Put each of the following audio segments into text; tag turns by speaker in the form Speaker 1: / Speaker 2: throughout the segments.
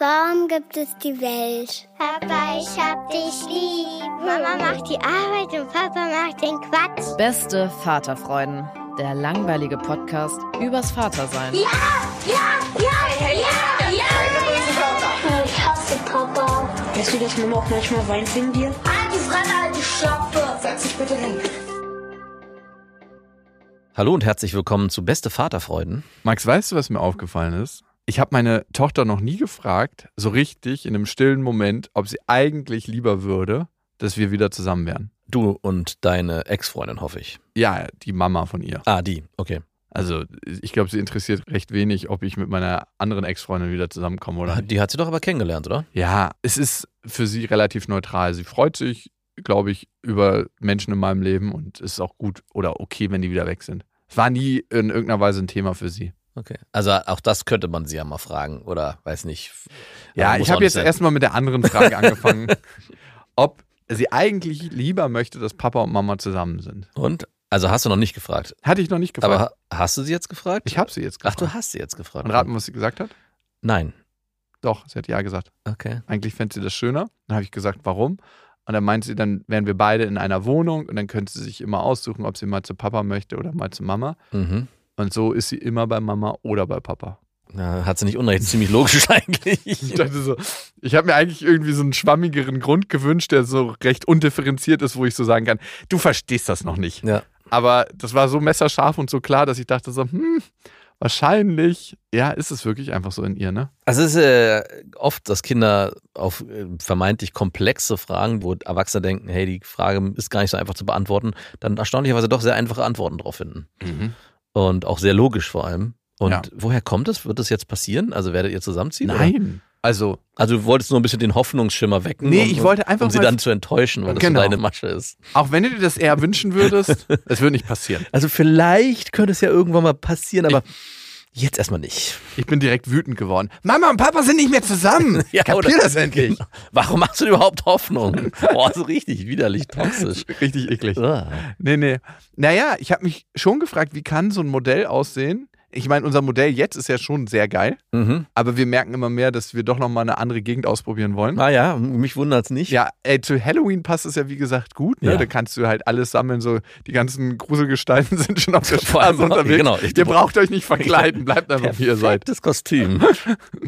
Speaker 1: Warum gibt es die Welt? Papa, ich hab dich lieb. Mama macht die Arbeit und Papa macht den Quatsch.
Speaker 2: Beste Vaterfreuden. Der langweilige Podcast übers Vatersein.
Speaker 1: Ich hasse Papa.
Speaker 3: Weißt du, dass Mama auch manchmal weint wegen dir?
Speaker 1: Alte Fremde, alte Schlappe. Setz dich bitte hin.
Speaker 4: Hallo und herzlich willkommen zu Beste Vaterfreuden.
Speaker 5: Max, weißt du, was mir aufgefallen ist? Ich habe meine Tochter noch nie gefragt, so richtig in einem stillen Moment, ob sie eigentlich lieber würde, dass wir wieder zusammen wären.
Speaker 4: Du und deine Ex-Freundin, hoffe ich.
Speaker 5: Ja, die Mama von ihr.
Speaker 4: Ah, die. Okay.
Speaker 5: Also, ich glaube, sie interessiert recht wenig, ob ich mit meiner anderen Ex-Freundin wieder zusammenkomme oder nicht.
Speaker 4: Ah, Die hat sie doch aber kennengelernt, oder?
Speaker 5: Ja, es ist für sie relativ neutral. Sie freut sich, glaube ich, über Menschen in meinem Leben und ist auch gut oder okay, wenn die wieder weg sind. Es war nie in irgendeiner Weise ein Thema für sie.
Speaker 4: Okay. Also auch das könnte man sie ja mal fragen oder weiß nicht.
Speaker 5: Ja,
Speaker 4: Aber muss
Speaker 5: ich
Speaker 4: auch
Speaker 5: habe
Speaker 4: nicht
Speaker 5: jetzt
Speaker 4: sein.
Speaker 5: erstmal mit der anderen Frage angefangen, ob sie eigentlich lieber möchte, dass Papa und Mama zusammen sind.
Speaker 4: Und? Also hast du noch nicht gefragt.
Speaker 5: Hatte ich noch nicht gefragt.
Speaker 4: Aber ha- hast du sie jetzt gefragt?
Speaker 5: ich habe sie jetzt
Speaker 4: Ach,
Speaker 5: gefragt.
Speaker 4: du hast sie jetzt gefragt.
Speaker 5: Und raten, was sie gesagt hat?
Speaker 4: Nein.
Speaker 5: Doch, sie hat ja gesagt.
Speaker 4: Okay.
Speaker 5: eigentlich fände sie das schöner. Dann habe ich gesagt, warum? Und dann meinte sie, dann wären wir beide in einer Wohnung und dann könnte sie sich immer aussuchen, ob sie mal zu Papa möchte oder mal zu Mama.
Speaker 4: Mhm.
Speaker 5: Und so ist sie immer bei Mama oder bei Papa.
Speaker 4: Na, hat sie nicht unrecht. Ziemlich logisch
Speaker 5: Ich
Speaker 4: eigentlich.
Speaker 5: dachte so, ich habe mir eigentlich irgendwie so einen schwammigeren Grund gewünscht, der so recht undifferenziert ist, wo ich so sagen kann, du verstehst das noch nicht.
Speaker 4: Ja.
Speaker 5: Aber das war so messerscharf und so klar, dass ich dachte so, hm, wahrscheinlich, ja, ist es wirklich einfach so in ihr, ne?
Speaker 4: Also es ist äh, oft, dass Kinder auf äh, vermeintlich komplexe Fragen, wo Erwachsene denken, hey, die Frage ist gar nicht so einfach zu beantworten, dann erstaunlicherweise doch sehr einfache Antworten drauf finden.
Speaker 5: Mhm.
Speaker 4: Und auch sehr logisch vor allem. Und
Speaker 5: Ja.
Speaker 4: woher kommt das? Wird das jetzt passieren? Also werdet ihr zusammenziehen? Oder?
Speaker 5: Nein. Also,
Speaker 4: Also du wolltest nur ein bisschen den Hoffnungsschimmer wecken,
Speaker 5: Nee,
Speaker 4: um,
Speaker 5: ich wollte einfach
Speaker 4: um sie
Speaker 5: mal-
Speaker 4: dann zu enttäuschen, weil das
Speaker 5: Genau.
Speaker 4: so deine Masche ist.
Speaker 5: auch wenn du dir das eher wünschen würdest, es wird nicht passieren.
Speaker 4: Also vielleicht könnte es ja irgendwann mal passieren, aber jetzt erstmal nicht.
Speaker 5: Ich bin direkt wütend geworden. Mama und Papa sind nicht mehr zusammen.
Speaker 4: Ja,
Speaker 5: Kapier
Speaker 4: oder-
Speaker 5: das endlich.
Speaker 4: Genau. Warum machst du denn überhaupt Hoffnung? Boah, so richtig widerlich toxisch.
Speaker 5: Richtig eklig.
Speaker 4: Ah.
Speaker 5: Nee, nee. Naja, ich habe mich schon gefragt, wie kann so ein Modell aussehen? Ich meine, unser Modell jetzt ist ja schon sehr geil,
Speaker 4: Mhm.
Speaker 5: aber wir merken immer mehr, dass wir doch nochmal eine andere Gegend ausprobieren wollen.
Speaker 4: Ah ja, mich wundert's nicht.
Speaker 5: Ja, ey, zu Halloween passt es ja wie gesagt gut, ne?
Speaker 4: Ja.
Speaker 5: Da kannst du halt alles sammeln, so die ganzen Gruselgestalten sind schon auf der
Speaker 4: Vor allem
Speaker 5: Straße unterwegs.
Speaker 4: genau.
Speaker 5: Ihr braucht euch nicht verkleiden, bleibt einfach wie ihr seid.
Speaker 4: Perfektes Kostüm.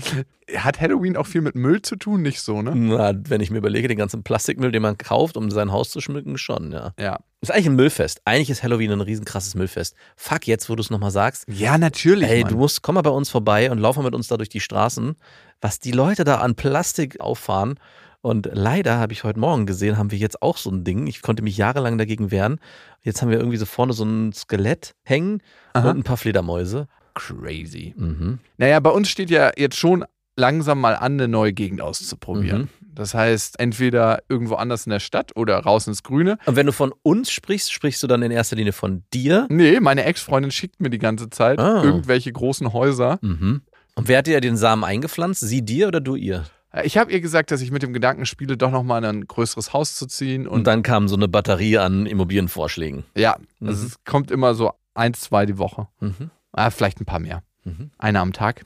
Speaker 5: Hat Halloween auch viel mit Müll zu tun? Nicht so, ne?
Speaker 4: Na, wenn ich mir überlege, den ganzen Plastikmüll, den man kauft, um sein Haus zu schmücken, schon, ja.
Speaker 5: Ja.
Speaker 4: Ist eigentlich ein Müllfest. Eigentlich ist Halloween ein riesen krasses Müllfest. Fuck, jetzt, wo du es nochmal sagst.
Speaker 5: Ja, natürlich.
Speaker 4: Ey,
Speaker 5: Mann.
Speaker 4: du musst, komm mal bei uns vorbei und lauf mal mit uns da durch die Straßen. Was die Leute da an Plastik auffahren. Und leider habe ich heute Morgen gesehen, haben wir jetzt auch so ein Ding. Ich konnte mich jahrelang dagegen wehren. Jetzt haben wir irgendwie so vorne so ein Skelett hängen
Speaker 5: Aha.
Speaker 4: und ein paar Fledermäuse.
Speaker 5: crazy.
Speaker 4: Mhm.
Speaker 5: Naja, bei uns steht ja jetzt schon langsam mal an, eine neue Gegend
Speaker 4: Oh Mhm.
Speaker 5: auszuprobieren. Das heißt, entweder irgendwo anders in der Stadt oder raus ins Grüne.
Speaker 4: Und wenn du von uns sprichst, sprichst du dann in erster Linie von dir.
Speaker 5: Nee, meine Ex-Freundin schickt mir die ganze Zeit
Speaker 4: Ah.
Speaker 5: irgendwelche großen Häuser.
Speaker 4: Mhm. Und wer hat dir den Samen eingepflanzt? Sie dir oder du ihr?
Speaker 5: Ich habe ihr gesagt, dass ich mit dem Gedanken spiele, doch nochmal in ein größeres Haus zu ziehen.
Speaker 4: Und
Speaker 5: Und,
Speaker 4: dann kam so eine Batterie an Immobilienvorschlägen.
Speaker 5: ja,
Speaker 4: Mhm.
Speaker 5: also es kommt immer so eins, zwei die Woche.
Speaker 4: Mhm.
Speaker 5: Ah, vielleicht ein paar mehr.
Speaker 4: Mhm.
Speaker 5: Einer am Tag.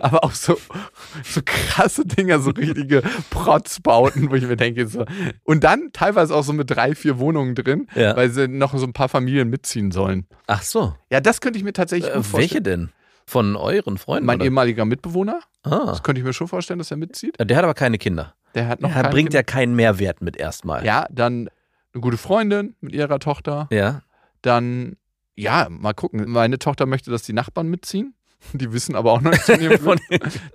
Speaker 5: Aber auch so, so krasse Dinger, so richtige Protzbauten, wo ich mir denke, so. Und dann teilweise auch so mit drei, vier Wohnungen drin,
Speaker 4: Ja.
Speaker 5: weil sie noch so ein paar Familien mitziehen sollen.
Speaker 4: Ach so.
Speaker 5: Ja, das könnte ich mir tatsächlich
Speaker 4: Äh,
Speaker 5: gut
Speaker 4: welche
Speaker 5: vorstellen.
Speaker 4: denn? Von euren Freunden?
Speaker 5: Mein
Speaker 4: oder?
Speaker 5: ehemaliger Mitbewohner,
Speaker 4: ah.
Speaker 5: das könnte ich mir schon vorstellen, dass er mitzieht.
Speaker 4: Der hat aber keine Kinder.
Speaker 5: Der hat noch
Speaker 4: er
Speaker 5: kein
Speaker 4: bringt ja
Speaker 5: Kind.
Speaker 4: keinen Mehrwert mit erstmal.
Speaker 5: Ja, dann eine gute Freundin mit ihrer Tochter.
Speaker 4: Ja.
Speaker 5: Dann, ja, mal gucken. Meine Tochter möchte, dass die Nachbarn mitziehen. Die wissen aber auch noch nichts von ihrem Glück.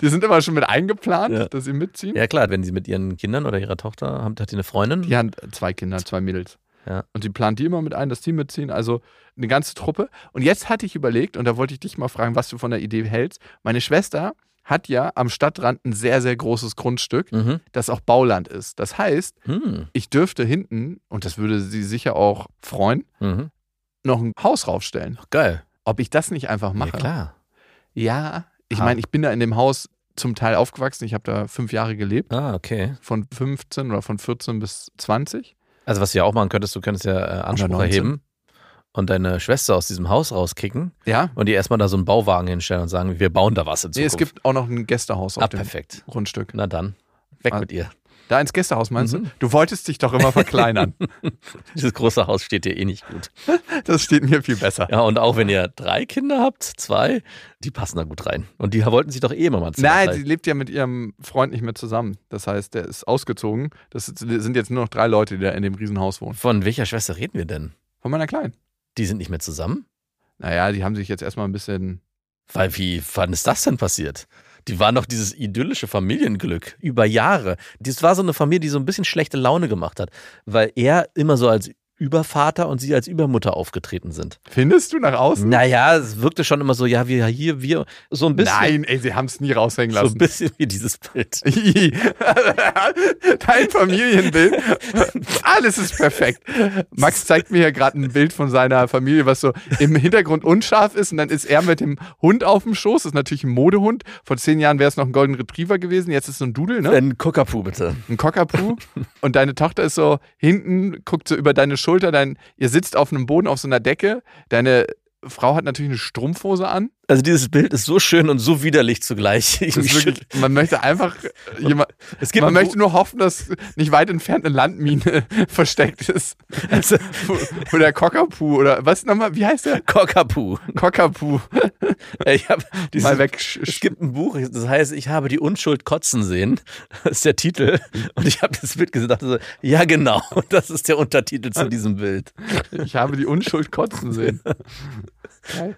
Speaker 5: Die sind immer schon mit eingeplant,
Speaker 4: Ja.
Speaker 5: dass sie mitziehen.
Speaker 4: ja, klar, wenn sie mit ihren Kindern oder ihrer Tochter haben, hat die eine Freundin.
Speaker 5: Die haben zwei Kinder, zwei Mädels.
Speaker 4: Ja.
Speaker 5: Und die planen die immer mit ein, dass die mitziehen. Also eine ganze Truppe. Und jetzt hatte ich überlegt, und da wollte ich dich mal fragen, was du von der Idee hältst. Meine Schwester hat ja am Stadtrand ein sehr, sehr großes Grundstück,
Speaker 4: Mhm.
Speaker 5: das auch Bauland ist. Das heißt,
Speaker 4: Hm.
Speaker 5: ich dürfte hinten, und das würde sie sicher auch freuen,
Speaker 4: Mhm.
Speaker 5: noch ein Haus raufstellen.
Speaker 4: Geil.
Speaker 5: Ob ich das nicht einfach mache?
Speaker 4: Ja, klar. Ah.
Speaker 5: Ja, ich
Speaker 4: Ha.
Speaker 5: meine, ich bin da in dem Haus zum Teil aufgewachsen. Ich habe da fünf Jahre gelebt,
Speaker 4: Ah, okay.
Speaker 5: von 15 oder von 14 bis 20.
Speaker 4: Also was du ja auch machen könntest, du könntest ja äh, Anspruch
Speaker 5: 19.
Speaker 4: erheben und deine Schwester aus diesem Haus rauskicken
Speaker 5: Ja,
Speaker 4: und ihr erstmal da so einen Bauwagen hinstellen und sagen, wir bauen da was in Zukunft.
Speaker 5: nee, es gibt auch noch ein Gästehaus auf
Speaker 4: ah,
Speaker 5: dem
Speaker 4: perfekt.
Speaker 5: Grundstück.
Speaker 4: Na dann, weg
Speaker 5: Ah.
Speaker 4: mit ihr.
Speaker 5: Da ins Gästehaus meinst
Speaker 4: Mhm.
Speaker 5: du? Du wolltest dich doch immer verkleinern.
Speaker 4: Dieses große Haus steht dir eh nicht gut.
Speaker 5: das steht mir viel besser.
Speaker 4: Ja, und auch wenn ihr drei Kinder habt, zwei, die passen da gut rein. Und die wollten sich doch eh immer mal Zimmer
Speaker 5: Nein, sie
Speaker 4: teilen.
Speaker 5: lebt ja mit ihrem Freund nicht mehr zusammen. Das heißt, der ist ausgezogen. Das sind jetzt nur noch drei Leute, die da in dem Riesenhaus wohnen.
Speaker 4: Von welcher Schwester reden wir denn?
Speaker 5: Von meiner Kleinen.
Speaker 4: Die sind nicht mehr zusammen?
Speaker 5: Naja, die haben sich jetzt erstmal ein bisschen
Speaker 4: Weil wie, wann ist das denn passiert? Die waren doch dieses idyllische Familienglück über Jahre. Das war so eine Familie, die so ein bisschen schlechte Laune gemacht hat, weil er immer so als Übervater und sie als Übermutter aufgetreten sind.
Speaker 5: Findest du nach außen?
Speaker 4: Naja, es wirkte schon immer so, ja, wir hier, wir, so ein bisschen.
Speaker 5: Nein, ey, sie haben es nie raushängen
Speaker 4: so ein
Speaker 5: lassen.
Speaker 4: bisschen wie dieses Bild.
Speaker 5: Dein Familienbild. Alles ist perfekt. Max zeigt mir hier gerade ein Bild von seiner Familie, was so im Hintergrund unscharf ist. Und dann ist er mit dem Hund auf dem Schoß. Das ist natürlich ein Modehund. Vor zehn Jahren wäre es noch ein Golden Retriever gewesen. Jetzt ist es so ein Doodle, ne?
Speaker 4: Ein Cockapoo, bitte.
Speaker 5: Ein Cockapoo. Und deine Tochter ist so hinten, guckt so über deine Schulter. Dein, ihr sitzt auf einem Boden, auf so einer Decke. Deine Frau hat natürlich eine Strumpfhose an.
Speaker 4: Also dieses Bild ist so schön und so widerlich zugleich. Ich
Speaker 5: Das ist
Speaker 4: mich
Speaker 5: wirklich, man möchte einfach jemand,
Speaker 4: Es gibt
Speaker 5: man
Speaker 4: ein Bu-
Speaker 5: möchte nur hoffen, dass nicht weit entfernt eine Landmine versteckt ist.
Speaker 4: schüttelt- also,
Speaker 5: Wo- Wo der Cockapoo oder was nochmal, wie heißt der?
Speaker 4: Cockapoo.
Speaker 5: Cockapoo.
Speaker 4: Ich habe
Speaker 5: Mal
Speaker 4: dieses
Speaker 5: weg.
Speaker 4: Es gibt ein Buch, das heißt, ich habe die Unschuld kotzen sehen. Das ist der Titel. Und ich habe das Bild gesehen und dachte so, ja genau, das ist der Untertitel zu diesem Bild.
Speaker 5: Ich habe die Unschuld kotzen sehen. Geil.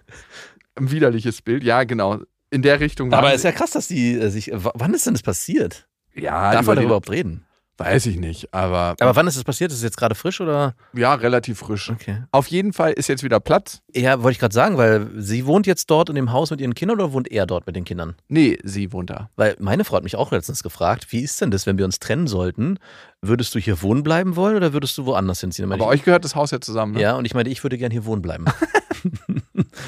Speaker 5: Ein widerliches Bild, ja, genau. In der Richtung waren
Speaker 4: Aber es ist
Speaker 5: sie-
Speaker 4: ja krass, dass die äh, sich, w- wann ist denn das passiert?
Speaker 5: ja, über
Speaker 4: Darf man
Speaker 5: die-
Speaker 4: darüber überhaupt reden?
Speaker 5: Weiß ich nicht, aber,
Speaker 4: Aber wann ist das passiert? Ist es jetzt gerade frisch oder?
Speaker 5: ja, relativ frisch.
Speaker 4: Okay.
Speaker 5: Auf jeden Fall ist jetzt wieder Platz.
Speaker 4: Ja, wollte ich gerade sagen, weil sie wohnt jetzt dort in dem Haus mit ihren Kindern oder wohnt er dort mit den Kindern?
Speaker 5: Nee, sie wohnt da.
Speaker 4: Weil meine Frau hat mich auch letztens gefragt, wie ist denn das, wenn wir uns trennen sollten? Würdest du hier wohnen bleiben wollen oder würdest du woanders hinziehen? Da meinte
Speaker 5: Aber euch gehört das Haus ja zusammen, ne?
Speaker 4: Ja, und ich meinte, ich würde gern hier wohnen bleiben.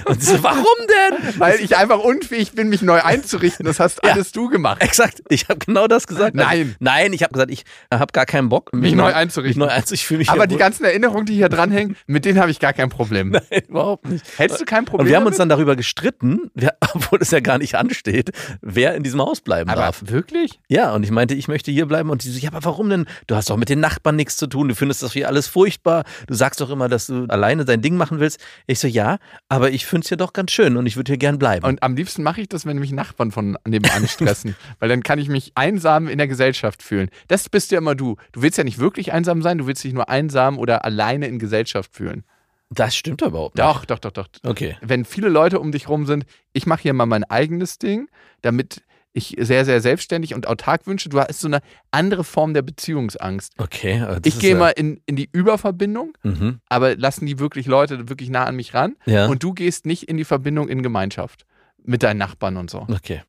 Speaker 4: und sie so, warum denn?
Speaker 5: Weil ich einfach unfähig bin, mich neu einzurichten. Das hast
Speaker 4: Ja.
Speaker 5: alles du gemacht.
Speaker 4: Exakt, ich habe genau das gesagt.
Speaker 5: Nein.
Speaker 4: Nein, ich habe gesagt, ich habe gar keinen Bock,
Speaker 5: Mich neu
Speaker 4: mich
Speaker 5: einzurichten.
Speaker 4: neu einzurichten. Ich fühle mich
Speaker 5: Aber
Speaker 4: hier
Speaker 5: die
Speaker 4: wohl-
Speaker 5: ganzen Erinnerungen, die hier dranhängen, mit denen habe ich gar kein Problem.
Speaker 4: Nein, überhaupt nicht.
Speaker 5: Hättest du kein Problem?
Speaker 4: Und wir haben uns
Speaker 5: damit?
Speaker 4: dann darüber gestritten, wer, obwohl es ja gar nicht ansteht, wer in diesem Haus bleiben
Speaker 5: Aber
Speaker 4: darf.
Speaker 5: wirklich?
Speaker 4: Ja, und ich meinte, ich möchte hier bleiben. Und die so, ja, aber warum denn? Du hast doch mit den Nachbarn nichts zu tun. Du findest das hier alles furchtbar. Du sagst doch immer, dass du alleine dein Ding machen willst. Ich so, ja, aber ich finde es hier doch ganz schön und ich würde hier gern bleiben.
Speaker 5: Und am liebsten mache ich das, wenn mich Nachbarn von nebenan stressen. Weil dann kann ich mich einsam in der Gesellschaft fühlen. Das bist ja immer du. Du willst ja nicht wirklich einsam sein, du willst dich nur einsam oder alleine in Gesellschaft fühlen.
Speaker 4: das stimmt doch überhaupt nicht.
Speaker 5: Doch, doch, doch, doch.
Speaker 4: Okay.
Speaker 5: Wenn viele Leute um dich rum sind, ich mache hier mal mein eigenes Ding, damit ich sehr, sehr selbstständig und autark wünsche. Du hast so eine andere Form der Beziehungsangst.
Speaker 4: Okay. aber das
Speaker 5: Ich
Speaker 4: ist
Speaker 5: gehe
Speaker 4: ja-
Speaker 5: mal in, in die Überverbindung,
Speaker 4: Mhm.
Speaker 5: aber lassen die wirklich Leute wirklich nah an mich ran.
Speaker 4: Ja.
Speaker 5: Und du gehst nicht in die Verbindung in Gemeinschaft mit deinen Nachbarn und so.
Speaker 4: okay.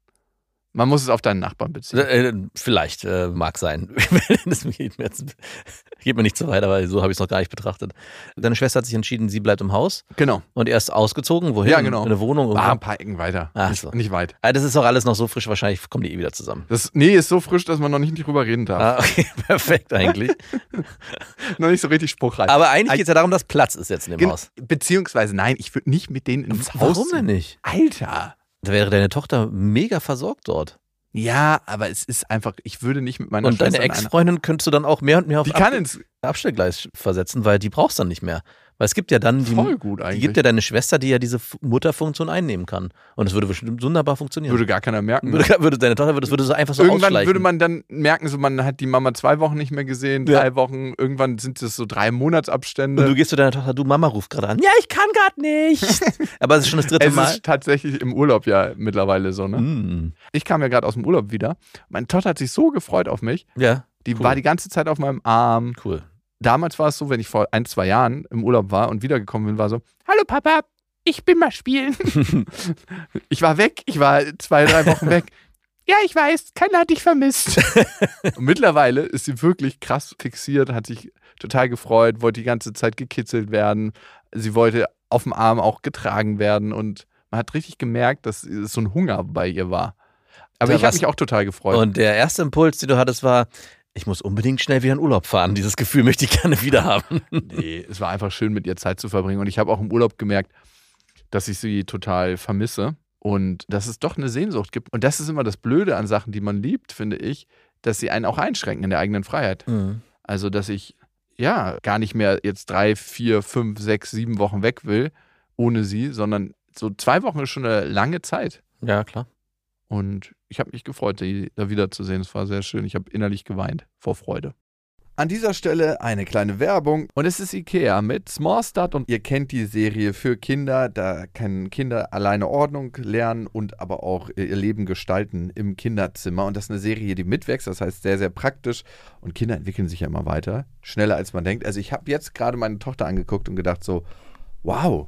Speaker 5: Man muss es auf deinen Nachbarn beziehen.
Speaker 4: Äh, vielleicht, äh, mag sein. das geht mir, jetzt, geht mir nicht so weit, aber so habe ich es noch gar nicht betrachtet. Deine Schwester hat sich entschieden, sie bleibt im Haus
Speaker 5: Genau.
Speaker 4: und er ist ausgezogen. Wohin?
Speaker 5: Ja, genau.
Speaker 4: In eine Wohnung. irgendwo.
Speaker 5: Ah, ein paar Ecken weiter.
Speaker 4: Ach
Speaker 5: nicht,
Speaker 4: so.
Speaker 5: nicht weit.
Speaker 4: Ah, das ist doch alles noch so frisch. Wahrscheinlich kommen die eh wieder zusammen.
Speaker 5: Das, nee, ist so frisch, dass man noch nicht drüber reden darf.
Speaker 4: Ah, okay, perfekt eigentlich. Ah.
Speaker 5: Noch nicht so richtig spruchreif.
Speaker 4: Aber eigentlich geht es ja darum, dass Platz ist jetzt in dem
Speaker 5: Gen-
Speaker 4: Haus.
Speaker 5: Beziehungsweise, nein, ich würde nicht mit denen ins Haus.
Speaker 4: Warum denn
Speaker 5: ziehen.
Speaker 4: nicht?
Speaker 5: Alter.
Speaker 4: Da wäre deine Tochter mega versorgt dort.
Speaker 5: Ja, aber es ist einfach, ich würde nicht mit meiner
Speaker 4: Und
Speaker 5: Schwester
Speaker 4: deine
Speaker 5: in einer-
Speaker 4: Ex-Freundin könntest du dann auch mehr und mehr auf
Speaker 5: Die
Speaker 4: Abge-
Speaker 5: kann ins
Speaker 4: Abstellgleis versetzen, weil die brauchst du dann nicht mehr. Weil es gibt ja dann die,
Speaker 5: Voll gut
Speaker 4: die
Speaker 5: eigentlich.
Speaker 4: gibt ja deine Schwester, die ja diese F- Mutterfunktion einnehmen kann. Und es würde bestimmt wunderbar funktionieren.
Speaker 5: würde gar keiner merken. ne?
Speaker 4: würde, würde deine Tochter, würde, das würde so einfach so
Speaker 5: Irgendwann
Speaker 4: ausschleichen.
Speaker 5: würde man dann merken, so man hat die Mama zwei Wochen nicht mehr gesehen,
Speaker 4: Ja.
Speaker 5: drei Wochen, irgendwann sind es so drei
Speaker 4: und du
Speaker 5: Monatsabstände.
Speaker 4: gehst zu deiner Tochter, du Mama ruft gerade an. Ja, ich kann gerade nicht. Aber es ist schon das dritte
Speaker 5: Es
Speaker 4: Mal.
Speaker 5: ist tatsächlich im Urlaub ja mittlerweile so, ne?
Speaker 4: Mm.
Speaker 5: Ich kam ja gerade aus dem Urlaub wieder. Meine Tochter hat sich so gefreut auf mich.
Speaker 4: Ja,
Speaker 5: Die
Speaker 4: Cool.
Speaker 5: war die ganze Zeit auf meinem Arm.
Speaker 4: cool.
Speaker 5: Damals war es so, wenn ich vor ein, zwei Jahren im Urlaub war und wiedergekommen bin, war so, hallo Papa, ich bin mal spielen. ich war weg, ich war zwei, drei Wochen weg. Ja, ich weiß, keiner hat dich vermisst. und mittlerweile ist sie wirklich krass fixiert, hat sich total gefreut, wollte die ganze Zeit gekitzelt werden. Sie wollte auf dem Arm auch getragen werden und man hat richtig gemerkt, dass es so ein Hunger bei ihr war. Aber
Speaker 4: Da
Speaker 5: ich habe
Speaker 4: was-
Speaker 5: mich auch total gefreut.
Speaker 4: Und der erste Impuls, den du hattest, war, ich muss unbedingt schnell wieder in Urlaub fahren. Dieses Gefühl möchte ich gerne wieder haben.
Speaker 5: Nee, es war einfach schön, mit ihr Zeit zu verbringen. Und ich habe auch im Urlaub gemerkt, dass ich sie total vermisse und dass es doch eine Sehnsucht gibt. Und das ist immer das Blöde an Sachen, die man liebt, finde ich, dass sie einen auch einschränken in der eigenen Freiheit.
Speaker 4: Mm.
Speaker 5: Also, dass ich ja gar nicht mehr jetzt drei, vier, fünf, sechs, sieben Wochen weg will ohne sie, sondern so zwei Wochen ist schon eine lange Zeit.
Speaker 4: Ja, klar.
Speaker 5: Und ich habe mich gefreut, sie da wiederzusehen. Es war sehr schön. Ich habe innerlich geweint vor Freude. An dieser Stelle eine kleine Werbung. Und es ist Ikea mit Small Start. Und ihr kennt die Serie für Kinder. Da können Kinder alleine Ordnung lernen und aber auch äh, ihr Leben gestalten im Kinderzimmer. Und das ist eine Serie, die mitwächst. Das heißt, sehr, sehr praktisch. Und Kinder entwickeln sich ja immer weiter. Schneller, als man denkt. Also ich habe jetzt gerade meine Tochter angeguckt und gedacht so, wow,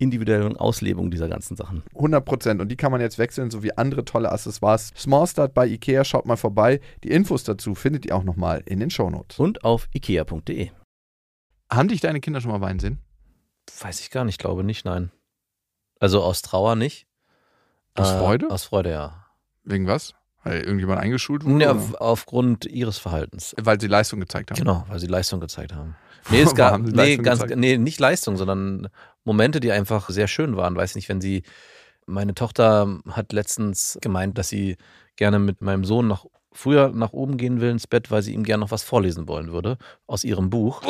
Speaker 6: individuellen Auslebung dieser ganzen Sachen.
Speaker 5: 100 Prozent. Und die kann man jetzt wechseln, sowie andere tolle Accessoires. Small Start bei Ikea, schaut mal vorbei. Die Infos dazu findet ihr auch nochmal in den Shownotes.
Speaker 6: Und auf ikea.de.
Speaker 5: Haben dich deine Kinder schon mal weinen sehen?
Speaker 4: Weiß ich gar nicht, glaube nicht, nein. Also aus Trauer nicht. Äh,
Speaker 5: Aus Freude?
Speaker 4: Aus Freude, ja.
Speaker 5: Wegen was? Weil irgendjemand eingeschult wurde?
Speaker 4: Ja,
Speaker 5: oder?
Speaker 4: w- aufgrund ihres Verhaltens.
Speaker 5: Weil sie Leistung gezeigt haben.
Speaker 4: Genau, weil sie Leistung gezeigt haben. Nee, es gab,
Speaker 5: haben sie
Speaker 4: nee,
Speaker 5: Leistung
Speaker 4: ganz,
Speaker 5: gezeigt?
Speaker 4: nee, nicht Leistung, sondern Momente, die einfach sehr schön waren. Weiß nicht, wenn sie, meine Tochter hat letztens gemeint, dass sie gerne mit meinem Sohn noch früher nach oben gehen will ins Bett, weil sie ihm gerne noch was vorlesen wollen würde aus ihrem Buch.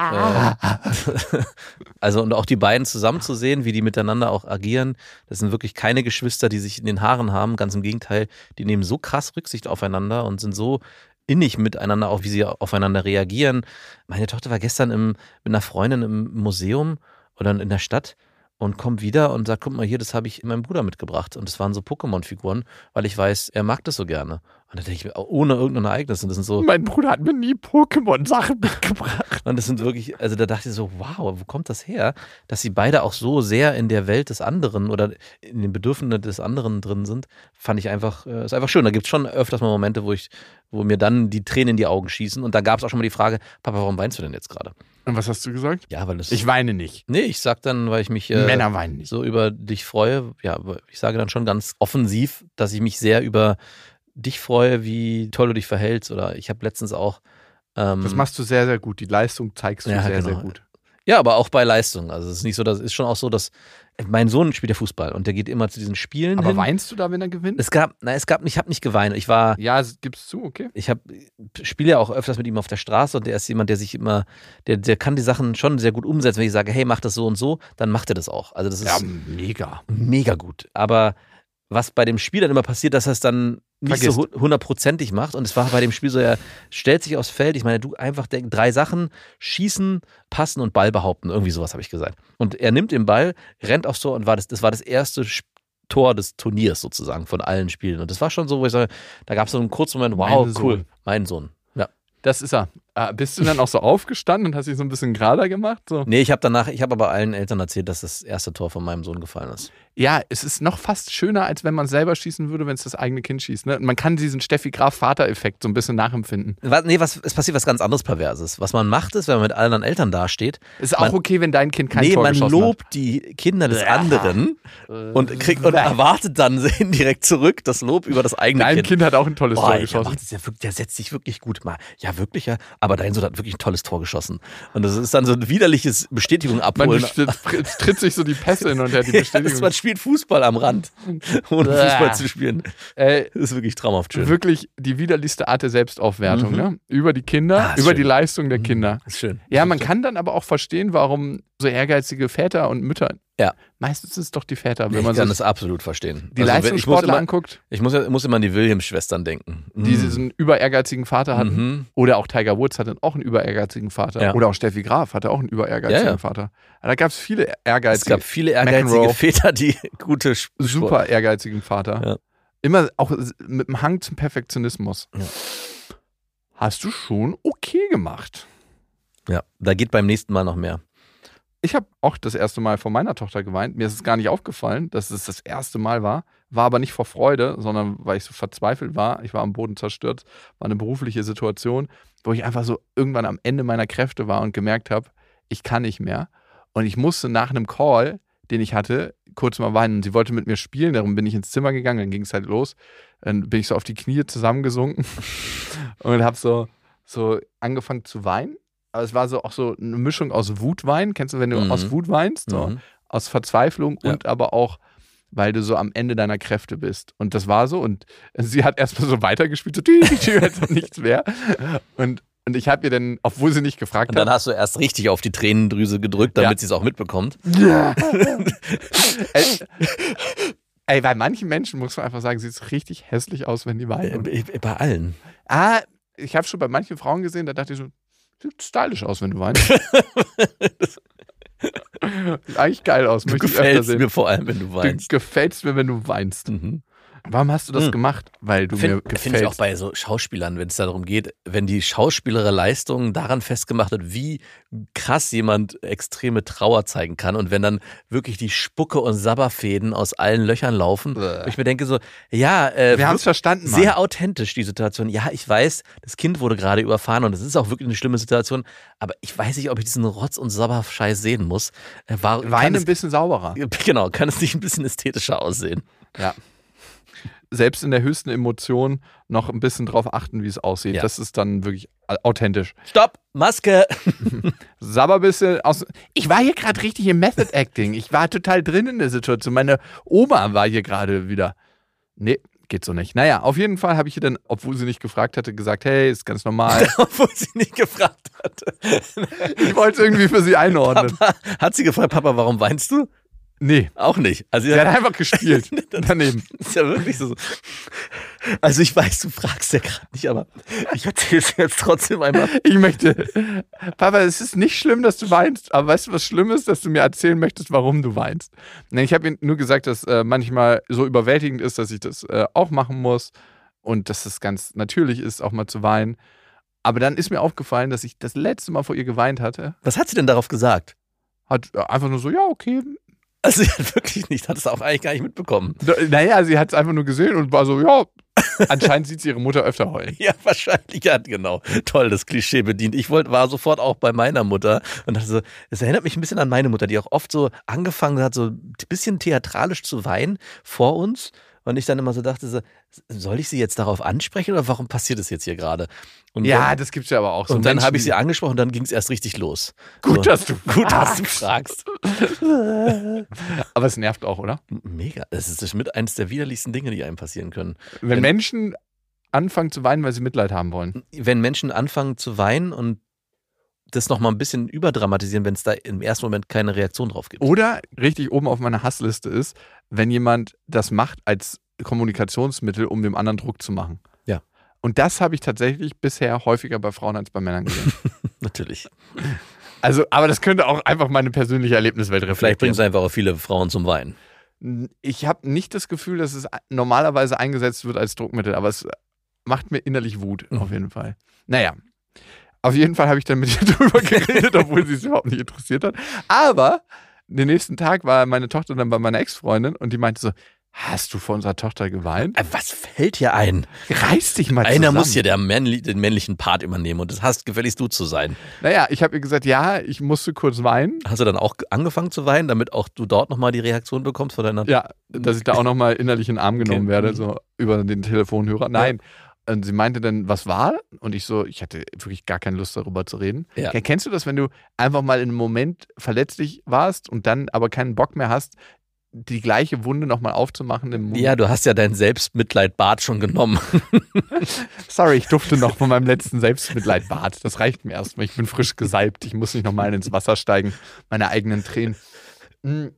Speaker 4: Und, äh, also und auch die beiden zusammen zu sehen, wie die miteinander auch agieren. Das sind wirklich keine Geschwister, die sich in den Haaren haben. Ganz im Gegenteil, die nehmen so krass Rücksicht aufeinander und sind so innig miteinander, auch wie sie aufeinander reagieren. Meine Tochter war gestern im, mit einer Freundin im Museum oder in der Stadt und kommt wieder und sagt, guck mal hier, das habe ich meinem Bruder mitgebracht. Und das waren so Pokémon-Figuren, weil ich weiß, er mag das so gerne. Und da denke ich mir, oh, ohne irgendein Ereignis. Und das sind so,
Speaker 5: Mein Bruder hat mir nie Pokémon-Sachen mitgebracht.
Speaker 4: und das sind wirklich, also da dachte ich so, wow, wo kommt das her, dass sie beide auch so sehr in der Welt des anderen oder in den Bedürfnissen des anderen drin sind, fand ich einfach, äh, ist einfach schön. Da gibt es schon öfters mal Momente, wo ich, wo mir dann die Tränen in die Augen schießen. Und da gab es auch schon mal die Frage, Papa, warum weinst du denn jetzt gerade?
Speaker 5: Und was hast du gesagt?
Speaker 4: Ja, weil das.
Speaker 5: weine nicht.
Speaker 4: nee, ich sag dann, weil ich mich äh,
Speaker 5: weinen nicht.
Speaker 4: so über dich freue. Ja, aber ich sage dann schon ganz offensiv, dass ich mich sehr über dich freue, wie toll du dich verhältst. Oder ich habe letztens auch. Ähm,
Speaker 5: Das machst du sehr, sehr gut. Die Leistung zeigst du
Speaker 4: Ja,
Speaker 5: sehr,
Speaker 4: genau.
Speaker 5: sehr gut.
Speaker 4: Ja, aber auch bei Leistung. Also es ist nicht so, das ist schon auch so, dass mein Sohn spielt ja Fußball und der geht immer zu diesen Spielen.
Speaker 5: Aber
Speaker 4: hin.
Speaker 5: weinst du da, wenn er gewinnt?
Speaker 4: Es gab, na, es gab, ich habe nicht geweint. Ich war,
Speaker 5: Ja, gibst zu, okay.
Speaker 4: ich habe, spiele ja auch öfters mit ihm auf der Straße und der ist jemand, der sich immer, der, der kann die Sachen schon sehr gut umsetzen. Wenn ich sage, hey, mach das so und so, dann macht er das auch. Also das ist
Speaker 5: mega.
Speaker 4: mega gut. Aber was bei dem Spiel dann immer passiert, dass er es dann nicht so
Speaker 5: Vergisst.
Speaker 4: hu- hundertprozentig macht. Und es war bei dem Spiel so, er stellt sich aufs Feld. Ich meine, du einfach denk, drei Sachen: Schießen, Passen und Ball behaupten. Irgendwie sowas habe ich gesagt. Und er nimmt den Ball, rennt aufs Tor und war das, das war das erste Sp- Tor des Turniers sozusagen von allen Spielen. Und das war schon so, wo ich sage, da gab es so einen kurzen Moment: wow,
Speaker 5: Mein Sohn.
Speaker 4: cool, mein Sohn. Ja.
Speaker 5: Das ist er. Äh, bist du dann auch so aufgestanden und hast dich so ein bisschen gerader gemacht? So?
Speaker 4: Nee, ich habe danach, ich habe aber allen Eltern erzählt, dass das erste Tor von meinem Sohn gefallen ist.
Speaker 5: Ja, es ist noch fast schöner, als wenn man selber schießen würde, wenn es das eigene Kind schießt. Ne? Und man kann diesen Steffi Graf-Vater-Effekt so ein bisschen nachempfinden.
Speaker 4: Was, nee, was, es passiert was ganz anderes Perverses. Was man macht, ist, wenn man mit anderen Eltern dasteht,
Speaker 5: Ist auch
Speaker 4: Man-
Speaker 5: okay, wenn dein Kind kein
Speaker 4: nee,
Speaker 5: Tor
Speaker 4: man
Speaker 5: geschossen ne?
Speaker 4: lobt die Kinder des anderen und kriegt und erwartet dann indirekt zurück das Lob über das
Speaker 5: hat.
Speaker 4: eigene
Speaker 5: Dein
Speaker 4: Kind.
Speaker 5: Kind hat auch ein tolles
Speaker 4: Boah,
Speaker 5: Tor
Speaker 4: ey, der,
Speaker 5: geschossen.
Speaker 4: macht das ja wirklich, der setzt sich wirklich gut mal. Ja, wirklich, ja. Aber dein Sohn hat wirklich ein tolles Tor geschossen. Und das ist dann so ein widerliches Bestätigung
Speaker 5: Man
Speaker 4: abholen.
Speaker 5: tritt, tritt sich so die Pässe hin und her, die
Speaker 4: Ja, das,
Speaker 5: Bestätigung.
Speaker 4: man spielt Fußball am Rand, ohne
Speaker 5: Bäh.
Speaker 4: Fußball zu spielen.
Speaker 5: Äh,
Speaker 4: Das ist wirklich traumhaft schön.
Speaker 5: wirklich die widerlichste Art der Selbstaufwertung.
Speaker 4: Mhm.
Speaker 5: Ne? Über die Kinder,
Speaker 4: Ah, ist
Speaker 5: über
Speaker 4: schön.
Speaker 5: die Leistung der Kinder.
Speaker 4: Ist schön.
Speaker 5: Ja, man kann dann aber auch verstehen, warum so ehrgeizige Väter und Mütter.
Speaker 4: Ja.
Speaker 5: Meistens ist es doch die Väter, wenn
Speaker 4: Ich
Speaker 5: man
Speaker 4: kann
Speaker 5: sich
Speaker 4: das absolut verstehen.
Speaker 5: die
Speaker 4: Also, wenn- ich muss
Speaker 5: Leistungssportler
Speaker 4: immer,
Speaker 5: anguckt,
Speaker 4: ich muss, ja- muss immer an die Williams-Schwestern denken.
Speaker 5: die diesen über ehrgeizigen Vater hatten.
Speaker 4: Mhm.
Speaker 5: Oder auch Tiger Woods hatte auch einen über ehrgeizigen Vater.
Speaker 4: Ja.
Speaker 5: Oder auch Steffi Graf hatte auch einen über ehrgeizigen
Speaker 4: Ja, ja.
Speaker 5: Vater. Da gab es viele
Speaker 4: Es
Speaker 5: ehrgeizige,
Speaker 4: gab viele ehrgeizige
Speaker 5: McEnroe.
Speaker 4: Väter, die gute Sp-
Speaker 5: super ehrgeizigen Vater.
Speaker 4: Ja.
Speaker 5: Immer auch s- mit dem Hang zum Perfektionismus.
Speaker 4: Ja.
Speaker 5: Hast du schon okay gemacht?
Speaker 4: Ja, da geht beim nächsten Mal noch mehr.
Speaker 5: Ich habe auch das erste Mal vor meiner Tochter geweint. Mir ist es gar nicht aufgefallen, dass es das erste Mal war. War aber nicht vor Freude, sondern weil ich so verzweifelt war. Ich war am Boden zerstört. War eine berufliche Situation, wo ich einfach so irgendwann am Ende meiner Kräfte war und gemerkt habe, ich kann nicht mehr. Und ich musste nach einem Call, den ich hatte, kurz mal weinen. Und sie wollte mit mir spielen. Darum bin ich ins Zimmer gegangen. Dann ging es halt los. Dann bin ich so auf die Knie zusammengesunken und habe so, so angefangen zu weinen. Aber es war so auch so eine Mischung aus Wutwein. Kennst du, wenn du
Speaker 4: Mhm.
Speaker 5: aus Wut weinst? So,
Speaker 4: Mhm.
Speaker 5: Aus Verzweiflung
Speaker 4: Ja.
Speaker 5: und aber auch, weil du so am Ende deiner Kräfte bist. Und das war so. Und sie hat erstmal so weitergespielt, so die, die, die, jetzt nichts mehr. Und, und ich habe ihr dann, obwohl sie nicht gefragt
Speaker 4: Und dann
Speaker 5: hat,
Speaker 4: hast du erst richtig auf die Tränendrüse gedrückt, damit
Speaker 5: Ja.
Speaker 4: sie es auch mitbekommt.
Speaker 5: ey, ey, bei manchen Menschen muss man einfach sagen, sieht richtig hässlich aus, wenn die
Speaker 4: Äh,
Speaker 5: weinen.
Speaker 4: Bei bei allen.
Speaker 5: Ah, ich habe schon bei manchen Frauen gesehen, da dachte ich so, sieht stylisch aus, wenn du weinst. sieht eigentlich geil aus,
Speaker 4: Du
Speaker 5: möchte ich öfter
Speaker 4: gefällst
Speaker 5: sehen.
Speaker 4: mir vor allem, wenn du
Speaker 5: Du
Speaker 4: weinst.
Speaker 5: gefällst mir, wenn du weinst.
Speaker 4: Mhm.
Speaker 5: Warum hast du das
Speaker 4: Mhm.
Speaker 5: gemacht? Weil du mir
Speaker 4: Finde
Speaker 5: gefällst.
Speaker 4: find ich auch bei so Schauspielern, wenn es darum geht, wenn die schauspielere Leistung daran festgemacht wird, wie krass jemand extreme Trauer zeigen kann und wenn dann wirklich die Spucke und Sabberfäden aus allen Löchern laufen,
Speaker 5: Bäh.
Speaker 4: wo ich mir denke so, ja, äh,
Speaker 5: Wir haben es verstanden, Mann.
Speaker 4: sehr authentisch die Situation. Ja, ich weiß, das Kind wurde gerade überfahren und es ist auch wirklich eine schlimme Situation, aber ich weiß nicht, ob ich diesen Rotz und Sabberscheiß sehen muss. Äh, War,
Speaker 5: Wein ein
Speaker 4: kann
Speaker 5: bisschen sauberer.
Speaker 4: es, genau, kann es nicht ein bisschen ästhetischer aussehen?
Speaker 5: Ja. Selbst in der höchsten Emotion noch ein bisschen drauf achten, wie es aussieht.
Speaker 4: Ja.
Speaker 5: Das ist dann wirklich authentisch.
Speaker 4: Stopp, Maske.
Speaker 5: Sabber bisschen aus. Ich war hier gerade richtig im Method Acting. Ich war total drin in der Situation. Meine Oma war hier gerade wieder. Nee, geht so nicht. Naja, auf jeden Fall habe ich ihr dann, obwohl sie nicht gefragt hatte, gesagt: Hey, ist ganz normal.
Speaker 4: obwohl sie nicht gefragt hatte.
Speaker 5: ich wollte es irgendwie für sie einordnen.
Speaker 4: Papa, hat sie gefragt, Papa, warum weinst du?
Speaker 5: Nee,
Speaker 4: Auch nicht. Also
Speaker 5: sie hat einfach gespielt. Daneben.
Speaker 4: Das ist ja wirklich so. Also ich weiß, du fragst ja gerade nicht, aber ich erzähle es jetzt trotzdem einmal.
Speaker 5: Ich möchte. Papa, es ist nicht schlimm, dass du weinst, aber weißt du, was schlimm ist, dass du mir erzählen möchtest, warum du weinst? Nee, ich habe ihm nur gesagt, dass äh, manchmal so überwältigend ist, dass ich das äh, auch machen muss und dass es ganz natürlich ist, auch mal zu weinen. Aber dann ist mir aufgefallen, dass ich das letzte Mal vor ihr geweint hatte.
Speaker 4: Was hat sie denn darauf gesagt?
Speaker 5: Hat äh, einfach nur so, ja, okay.
Speaker 4: Also sie hat wirklich nicht, hat es auch eigentlich gar nicht mitbekommen.
Speaker 5: Naja, sie hat es einfach nur gesehen und war so, ja. Anscheinend sieht sie ihre Mutter öfter heulen.
Speaker 4: Ja, wahrscheinlich hat genau. Toll, das Klischee bedient. Ich wollte, war sofort auch bei meiner Mutter und dachte so, es erinnert mich ein bisschen an meine Mutter, die auch oft so angefangen hat, so ein bisschen theatralisch zu weinen vor uns. Und ich dann immer so dachte, so, soll ich sie jetzt darauf ansprechen oder warum passiert das jetzt hier gerade? Und
Speaker 5: Ja,
Speaker 4: dann-
Speaker 5: das gibt's ja aber auch so.
Speaker 4: und dann
Speaker 5: Menschen,
Speaker 4: habe ich sie
Speaker 5: die-
Speaker 4: angesprochen und dann ging es erst richtig los.
Speaker 5: Gut,
Speaker 4: so,
Speaker 5: dass du
Speaker 4: gut, dass du fragst.
Speaker 5: Aber es nervt auch, oder?
Speaker 4: Mega. Das ist mit eins der widerlichsten Dinge, die einem passieren können.
Speaker 5: Wenn Menschen anfangen zu weinen, weil sie Mitleid haben wollen.
Speaker 4: wenn Menschen anfangen zu weinen und das nochmal ein bisschen überdramatisieren, wenn es da im ersten Moment keine Reaktion drauf gibt.
Speaker 5: Oder richtig oben auf meiner Hassliste ist, wenn jemand das macht als Kommunikationsmittel, um dem anderen Druck zu machen.
Speaker 4: Ja.
Speaker 5: Und das habe ich tatsächlich bisher häufiger bei Frauen als bei Männern gesehen.
Speaker 4: Natürlich.
Speaker 5: Also, aber das könnte auch einfach meine persönliche Erlebniswelt
Speaker 4: Vielleicht bringt
Speaker 5: reflektieren.
Speaker 4: es einfach auch viele Frauen zum Weinen.
Speaker 5: Ich habe nicht das Gefühl, dass es
Speaker 4: Mhm.
Speaker 5: normalerweise eingesetzt wird als Druckmittel, aber es macht mir innerlich Wut, auf jeden Fall. Naja, Auf jeden Fall habe ich dann mit ihr drüber geredet, obwohl sie es überhaupt nicht interessiert hat. Aber den nächsten Tag war meine Tochter dann bei meiner Ex-Freundin und die meinte so, hast du vor unserer Tochter geweint?
Speaker 4: Äh, Was fällt hier ein?
Speaker 5: Reiß dich mal zusammen.
Speaker 4: Einer muss hier der männli den männlichen Part immer nehmen und das hast gefälligst du zu sein.
Speaker 5: Naja, ich habe ihr gesagt, ja, ich musste kurz weinen.
Speaker 4: Hast du dann auch angefangen zu weinen, damit auch du dort nochmal die Reaktion bekommst von deiner.
Speaker 5: Ja, dass ich da auch nochmal innerlich in den Arm genommen
Speaker 4: Okay. Mhm.
Speaker 5: werde, so über den Telefonhörer. Nein. Und sie meinte dann, was war? Und ich so, ich hatte wirklich gar keine Lust darüber zu reden.
Speaker 4: Ja.
Speaker 5: Ken- Kennst du das, wenn du einfach mal in einem Moment verletzlich warst und dann aber keinen Bock mehr hast, die gleiche Wunde nochmal aufzumachen im Moment?
Speaker 4: Ja, du hast ja dein Selbstmitleid-Bad schon genommen.
Speaker 5: Sorry, ich dufte noch von meinem letzten Selbstmitleid Bad. Das reicht mir erstmal. Ich bin frisch gesalbt. Ich muss nicht nochmal ins Wasser steigen. Meine eigenen Tränen. Mm.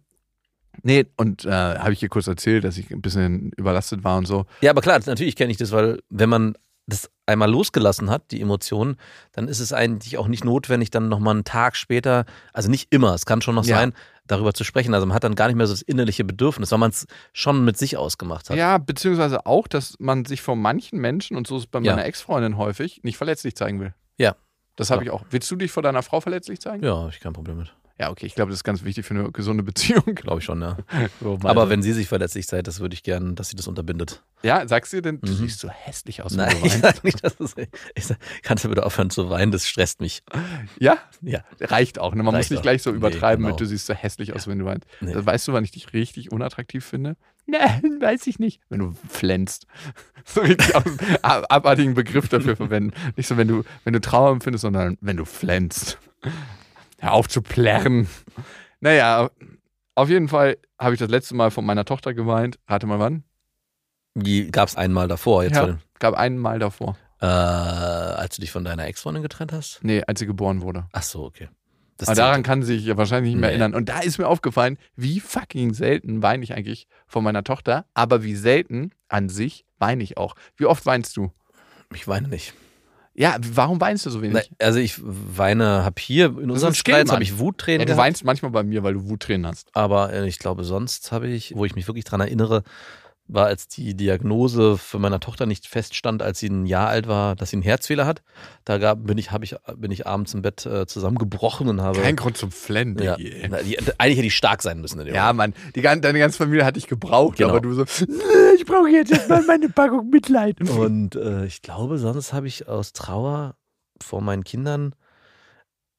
Speaker 5: Nee, und äh, habe ich ihr kurz erzählt, dass ich ein bisschen überlastet war und so.
Speaker 4: Ja, aber klar, natürlich kenne ich das, weil wenn man das einmal losgelassen hat, die Emotionen, dann ist es eigentlich auch nicht notwendig, dann nochmal einen Tag später, also nicht immer, es kann schon noch
Speaker 5: Ja.
Speaker 4: sein, darüber zu sprechen. Also man hat dann gar nicht mehr so das innerliche Bedürfnis, weil man es schon mit sich ausgemacht hat.
Speaker 5: Ja, beziehungsweise auch, dass man sich vor manchen Menschen, und so ist es bei
Speaker 4: Ja.
Speaker 5: meiner Ex-Freundin häufig, nicht verletzlich zeigen will.
Speaker 4: Ja.
Speaker 5: Das habe
Speaker 4: Ja.
Speaker 5: ich auch. Willst du dich vor deiner Frau verletzlich zeigen?
Speaker 4: Ja, hab ich kein Problem mit.
Speaker 5: Ja, okay. Ich glaube, das ist ganz wichtig für eine gesunde Beziehung.
Speaker 4: Glaube ich schon, ja.
Speaker 5: So, meine-
Speaker 4: Aber wenn sie sich verletzlich seid, das würde ich gern, dass sie das unterbindet.
Speaker 5: Ja, sagst du dir denn, du
Speaker 4: Mhm.
Speaker 5: siehst so hässlich aus. wenn
Speaker 4: Nein,
Speaker 5: du
Speaker 4: ich
Speaker 5: weinst?
Speaker 4: sag nicht, dass es. Ich sag, kannst du bitte aufhören zu weinen, das stresst mich.
Speaker 5: Ja?
Speaker 4: Ja.
Speaker 5: Reicht auch. Ne? Man muss
Speaker 4: Reicht
Speaker 5: nicht
Speaker 4: auch.
Speaker 5: gleich so
Speaker 4: Nee,
Speaker 5: übertreiben
Speaker 4: genau.
Speaker 5: mit, du siehst so hässlich aus, wenn du weinst.
Speaker 4: Nee.
Speaker 5: Also, Weißt du, wann ich dich richtig unattraktiv finde? Nein, weiß ich nicht. Wenn du flänzt. So richtig aus, ab- abartigen Begriff dafür verwenden. Nicht so, wenn du, wenn du Trauer empfindest, sondern wenn du flänzt. Hör auf zu plärren. Naja, auf jeden Fall habe ich das letzte Mal von meiner Tochter geweint. Rate mal wann?
Speaker 4: Gab es einmal davor, jetzt,
Speaker 5: ja, gab einmal davor.
Speaker 4: äh, als du dich von deiner Ex-Freundin getrennt hast?
Speaker 5: Nee, als sie geboren wurde.
Speaker 4: Ach so, okay. Das
Speaker 5: Aber
Speaker 4: zählt.
Speaker 5: daran kann sie sich ja wahrscheinlich nicht mehr
Speaker 4: Nee.
Speaker 5: erinnern. Und da ist mir aufgefallen, wie fucking selten weine ich eigentlich von meiner Tochter, aber wie selten an sich weine ich auch. Wie oft weinst du?
Speaker 4: ich weine nicht.
Speaker 5: Ja, warum weinst du so wenig?
Speaker 4: Na, also ich weine, hab hier in
Speaker 5: Das
Speaker 4: unseren
Speaker 5: ist Skill,
Speaker 4: Streits
Speaker 5: Mann.
Speaker 4: habe ich
Speaker 5: Ja,
Speaker 4: Wuttränen
Speaker 5: du
Speaker 4: gehabt,
Speaker 5: weinst manchmal bei mir, weil du Wuttränen hast.
Speaker 4: aber äh, ich glaube sonst habe ich, wo ich mich wirklich dran erinnere, war als die Diagnose für meiner Tochter nicht feststand, als sie ein Jahr alt war, dass sie einen Herzfehler hat. Da gab, bin ich habe ich bin ich abends im Bett äh, zusammengebrochen und habe
Speaker 5: Kein Grund zum Flennen.
Speaker 4: ja,
Speaker 5: Diggi.
Speaker 4: na, die, eigentlich hätte ich stark sein müssen in dem
Speaker 5: Ja, Mann, die, gan- deine ganze Familie hat dich gebraucht,
Speaker 4: Genau.
Speaker 5: aber du so, ich brauche jetzt erstmal meine Packung Mitleid.
Speaker 4: Und äh, ich glaube, sonst habe ich aus Trauer vor meinen Kindern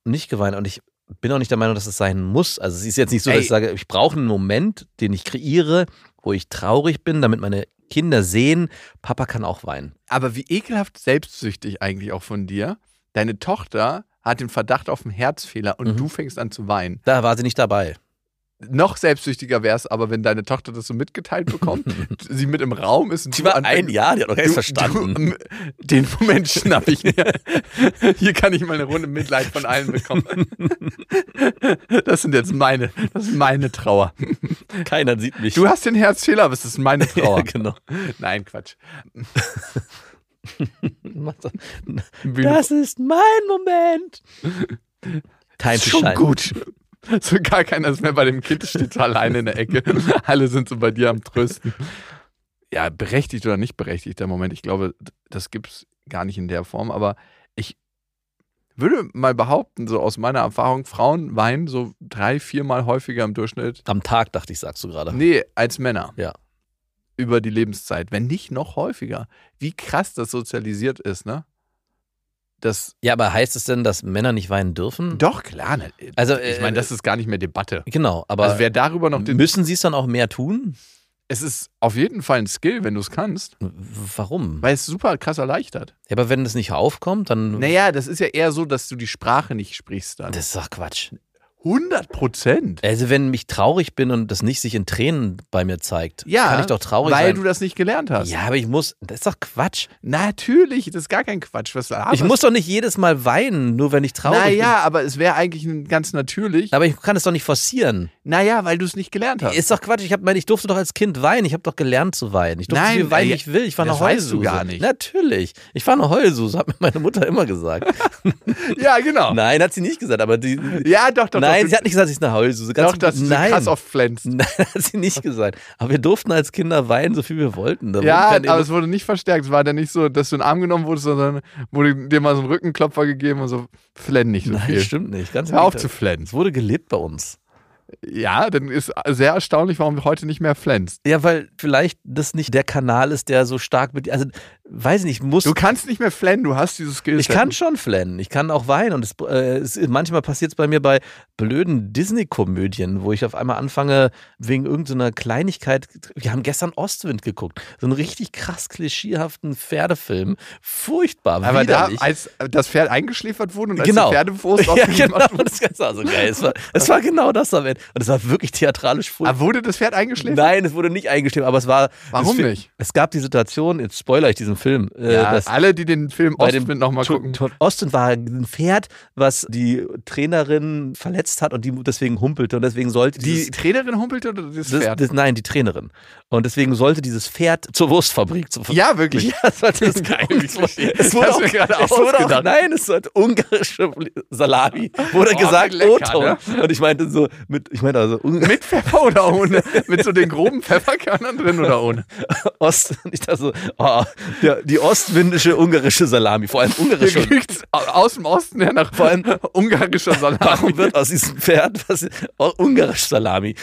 Speaker 4: nicht geweint. Und ich bin auch nicht der Meinung, dass es sein muss. Also es ist jetzt nicht so, dass
Speaker 5: Ey.
Speaker 4: ich sage, ich brauche einen Moment, den ich kreiere, wo ich traurig bin, damit meine Kinder sehen, Papa kann auch weinen.
Speaker 5: Aber wie ekelhaft selbstsüchtig eigentlich auch von dir. Deine Tochter hat den Verdacht auf einen Herzfehler und
Speaker 4: Mhm.
Speaker 5: du fängst an zu weinen.
Speaker 4: Da war sie nicht dabei.
Speaker 5: Noch selbstsüchtiger wäre es aber, wenn deine Tochter das so mitgeteilt bekommt, sie mit im Raum ist. und
Speaker 4: Die
Speaker 5: du
Speaker 4: war ein
Speaker 5: anfängst-
Speaker 4: Jahr, die hat noch
Speaker 5: Du-
Speaker 4: erst verstanden.
Speaker 5: du, ähm, den Moment schnapp ich mir. Hier kann ich mal eine Runde Mitleid von allen bekommen. Das sind jetzt meine, das ist meine Trauer.
Speaker 4: Keiner sieht mich.
Speaker 5: Du hast den Herzfehler, aber es ist meine Trauer.
Speaker 4: ja, genau.
Speaker 5: Nein, Quatsch.
Speaker 4: Das ist mein Moment. Time to
Speaker 5: ist schon
Speaker 4: shine.
Speaker 5: gut. So gar keiner ist mehr bei dem Kind, steht so alleine in der Ecke. Alle sind so bei dir am Trösten. Ja, berechtigt oder nicht berechtigt, der Moment. Ich glaube, das gibt es gar nicht in der Form, aber ich würde mal behaupten, so aus meiner Erfahrung, Frauen weinen so drei, viermal häufiger im Durchschnitt.
Speaker 4: Am Tag dachte ich, sagst du gerade.
Speaker 5: Nee, als Männer.
Speaker 4: Ja.
Speaker 5: Über die Lebenszeit, wenn nicht noch häufiger. Wie krass das sozialisiert ist, ne? Das,
Speaker 4: Ja, aber heißt es denn, dass Männer nicht weinen dürfen?
Speaker 5: doch, klar. Ne?
Speaker 4: Hm. Also,
Speaker 5: ich
Speaker 4: äh,
Speaker 5: meine, das ist gar nicht mehr Debatte.
Speaker 4: Genau, aber
Speaker 5: also wer darüber noch den
Speaker 4: müssen sie es dann auch mehr tun?
Speaker 5: Es ist auf jeden Fall ein Skill, wenn du es kannst,
Speaker 4: W- Warum?
Speaker 5: weil es super krass erleichtert.
Speaker 4: ja, aber wenn das nicht aufkommt, dann.
Speaker 5: Naja, das ist ja eher so, dass du die Sprache nicht sprichst dann.
Speaker 4: Das ist doch Quatsch.
Speaker 5: 100 Prozent.
Speaker 4: Also, wenn ich traurig bin und das nicht sich in Tränen bei mir zeigt,
Speaker 5: Ja,
Speaker 4: kann ich doch traurig
Speaker 5: weil
Speaker 4: sein.
Speaker 5: du das nicht gelernt hast.
Speaker 4: ja, aber ich muss. Das ist doch Quatsch.
Speaker 5: Natürlich, das ist gar kein Quatsch. Was
Speaker 4: ich muss doch nicht jedes Mal weinen, nur wenn ich traurig
Speaker 5: Naja, aber es wäre eigentlich ein ganz natürlich.
Speaker 4: bin. Aber ich kann es doch nicht forcieren.
Speaker 5: Naja, weil du es nicht gelernt hast.
Speaker 4: Ist doch Quatsch. Ich, hab, mein, ich durfte doch als Kind weinen. Ich habe doch gelernt zu weinen. Ich durfte
Speaker 5: Nein,
Speaker 4: so viel weinen,
Speaker 5: äh,
Speaker 4: wie ich will. Ich war eine
Speaker 5: das weißt
Speaker 4: Heulsuse.
Speaker 5: du gar nicht.
Speaker 4: Natürlich. Ich war eine Heulsuse, hat mir meine Mutter immer gesagt.
Speaker 5: ja, genau.
Speaker 4: Nein, hat sie nicht gesagt, aber die,
Speaker 5: Ja, doch, doch, doch.
Speaker 4: Nein, sie hat nicht gesagt, sie ist eine Heulsuse. Ganz
Speaker 5: Doch, dass du
Speaker 4: nein.
Speaker 5: krass oft flänzt.
Speaker 4: Nein, hat sie nicht gesagt. Aber wir durften als Kinder weinen, so viel wir wollten. Da
Speaker 5: Ja,
Speaker 4: wurde keine
Speaker 5: aber es wurde nicht verstärkt. Es war dann nicht so, dass du in den Arm genommen wurdest, sondern wurde dir mal so ein Rückenklopfer gegeben und so, flenn nicht so
Speaker 4: Nein,
Speaker 5: viel.
Speaker 4: stimmt nicht. Ganz im
Speaker 5: Hör auf
Speaker 4: Gegenteil.
Speaker 5: zu flennen.
Speaker 4: Es wurde gelebt bei uns.
Speaker 5: Ja, dann ist sehr erstaunlich, warum du heute nicht mehr flänzt.
Speaker 4: Ja, weil vielleicht das nicht der Kanal ist, der so stark mit. Also, weiß ich nicht, muss.
Speaker 5: Du kannst nicht mehr flennen, du hast dieses Skillset.
Speaker 4: ich kann schon flennen, ich kann auch weinen und es, äh, es, manchmal passiert es bei mir bei blöden Disney-Komödien, wo ich auf einmal anfange, wegen irgendeiner Kleinigkeit, wir haben gestern Ostwind geguckt, so einen richtig krass klischeehaften Pferdefilm, furchtbar,
Speaker 5: Aber da,
Speaker 4: widerlich.
Speaker 5: als das Pferd eingeschläfert wurde und als
Speaker 4: Genau.
Speaker 5: die Pferdewurst
Speaker 4: ja,
Speaker 5: aufgegeben
Speaker 4: genau,
Speaker 5: wurde,
Speaker 4: das Ganze war so geil. Es war, es war genau das am Ende. Und es war wirklich theatralisch
Speaker 5: Ah,
Speaker 4: furchtbar.
Speaker 5: wurde das Pferd eingeschläfert?
Speaker 4: Nein, es wurde nicht eingestimmt, aber es war.
Speaker 5: Warum
Speaker 4: es fi-
Speaker 5: nicht?
Speaker 4: Es gab die Situation, jetzt spoiler ich diesen Film, äh,
Speaker 5: ja,
Speaker 4: dass
Speaker 5: alle, die den Film
Speaker 4: bei dem
Speaker 5: Ostwind nochmal
Speaker 4: Tu-
Speaker 5: gucken.
Speaker 4: Tu- Ostwind war ein Pferd, was die Trainerin verletzt hat und die deswegen humpelte und deswegen sollte
Speaker 5: Die
Speaker 4: dieses,
Speaker 5: Trainerin humpelte oder das
Speaker 4: das,
Speaker 5: Pferd?
Speaker 4: Das, nein, die Trainerin. Und deswegen sollte dieses Pferd zur Wurstfabrik. Zur
Speaker 5: ja, wirklich.
Speaker 4: Ja, es sollte das geil. Es wurde, es wurde
Speaker 5: Das hast
Speaker 4: auch,
Speaker 5: du mir gerade
Speaker 4: es wurde auch,
Speaker 5: ausgedacht.
Speaker 4: nein, es sollte ungarische Salami. Wurde
Speaker 5: Oh,
Speaker 4: gesagt,
Speaker 5: lecker, ne?
Speaker 4: O-Ton. Und ich meinte so, mit, ich meinte also, Un-
Speaker 5: Mit Pfeffer oder ohne? Mit so den groben Pfefferkörnern drin oder ohne?
Speaker 4: Ost, und ich dachte so, oh, der, die ostwindische ungarische Salami, vor allem ungarische.
Speaker 5: Hier kriegt's au- aus dem Osten her nach
Speaker 4: Vor allem-
Speaker 5: ungarischer Salami.
Speaker 4: Warum wird aus diesem Pferd was, oh, ungarisch Salami?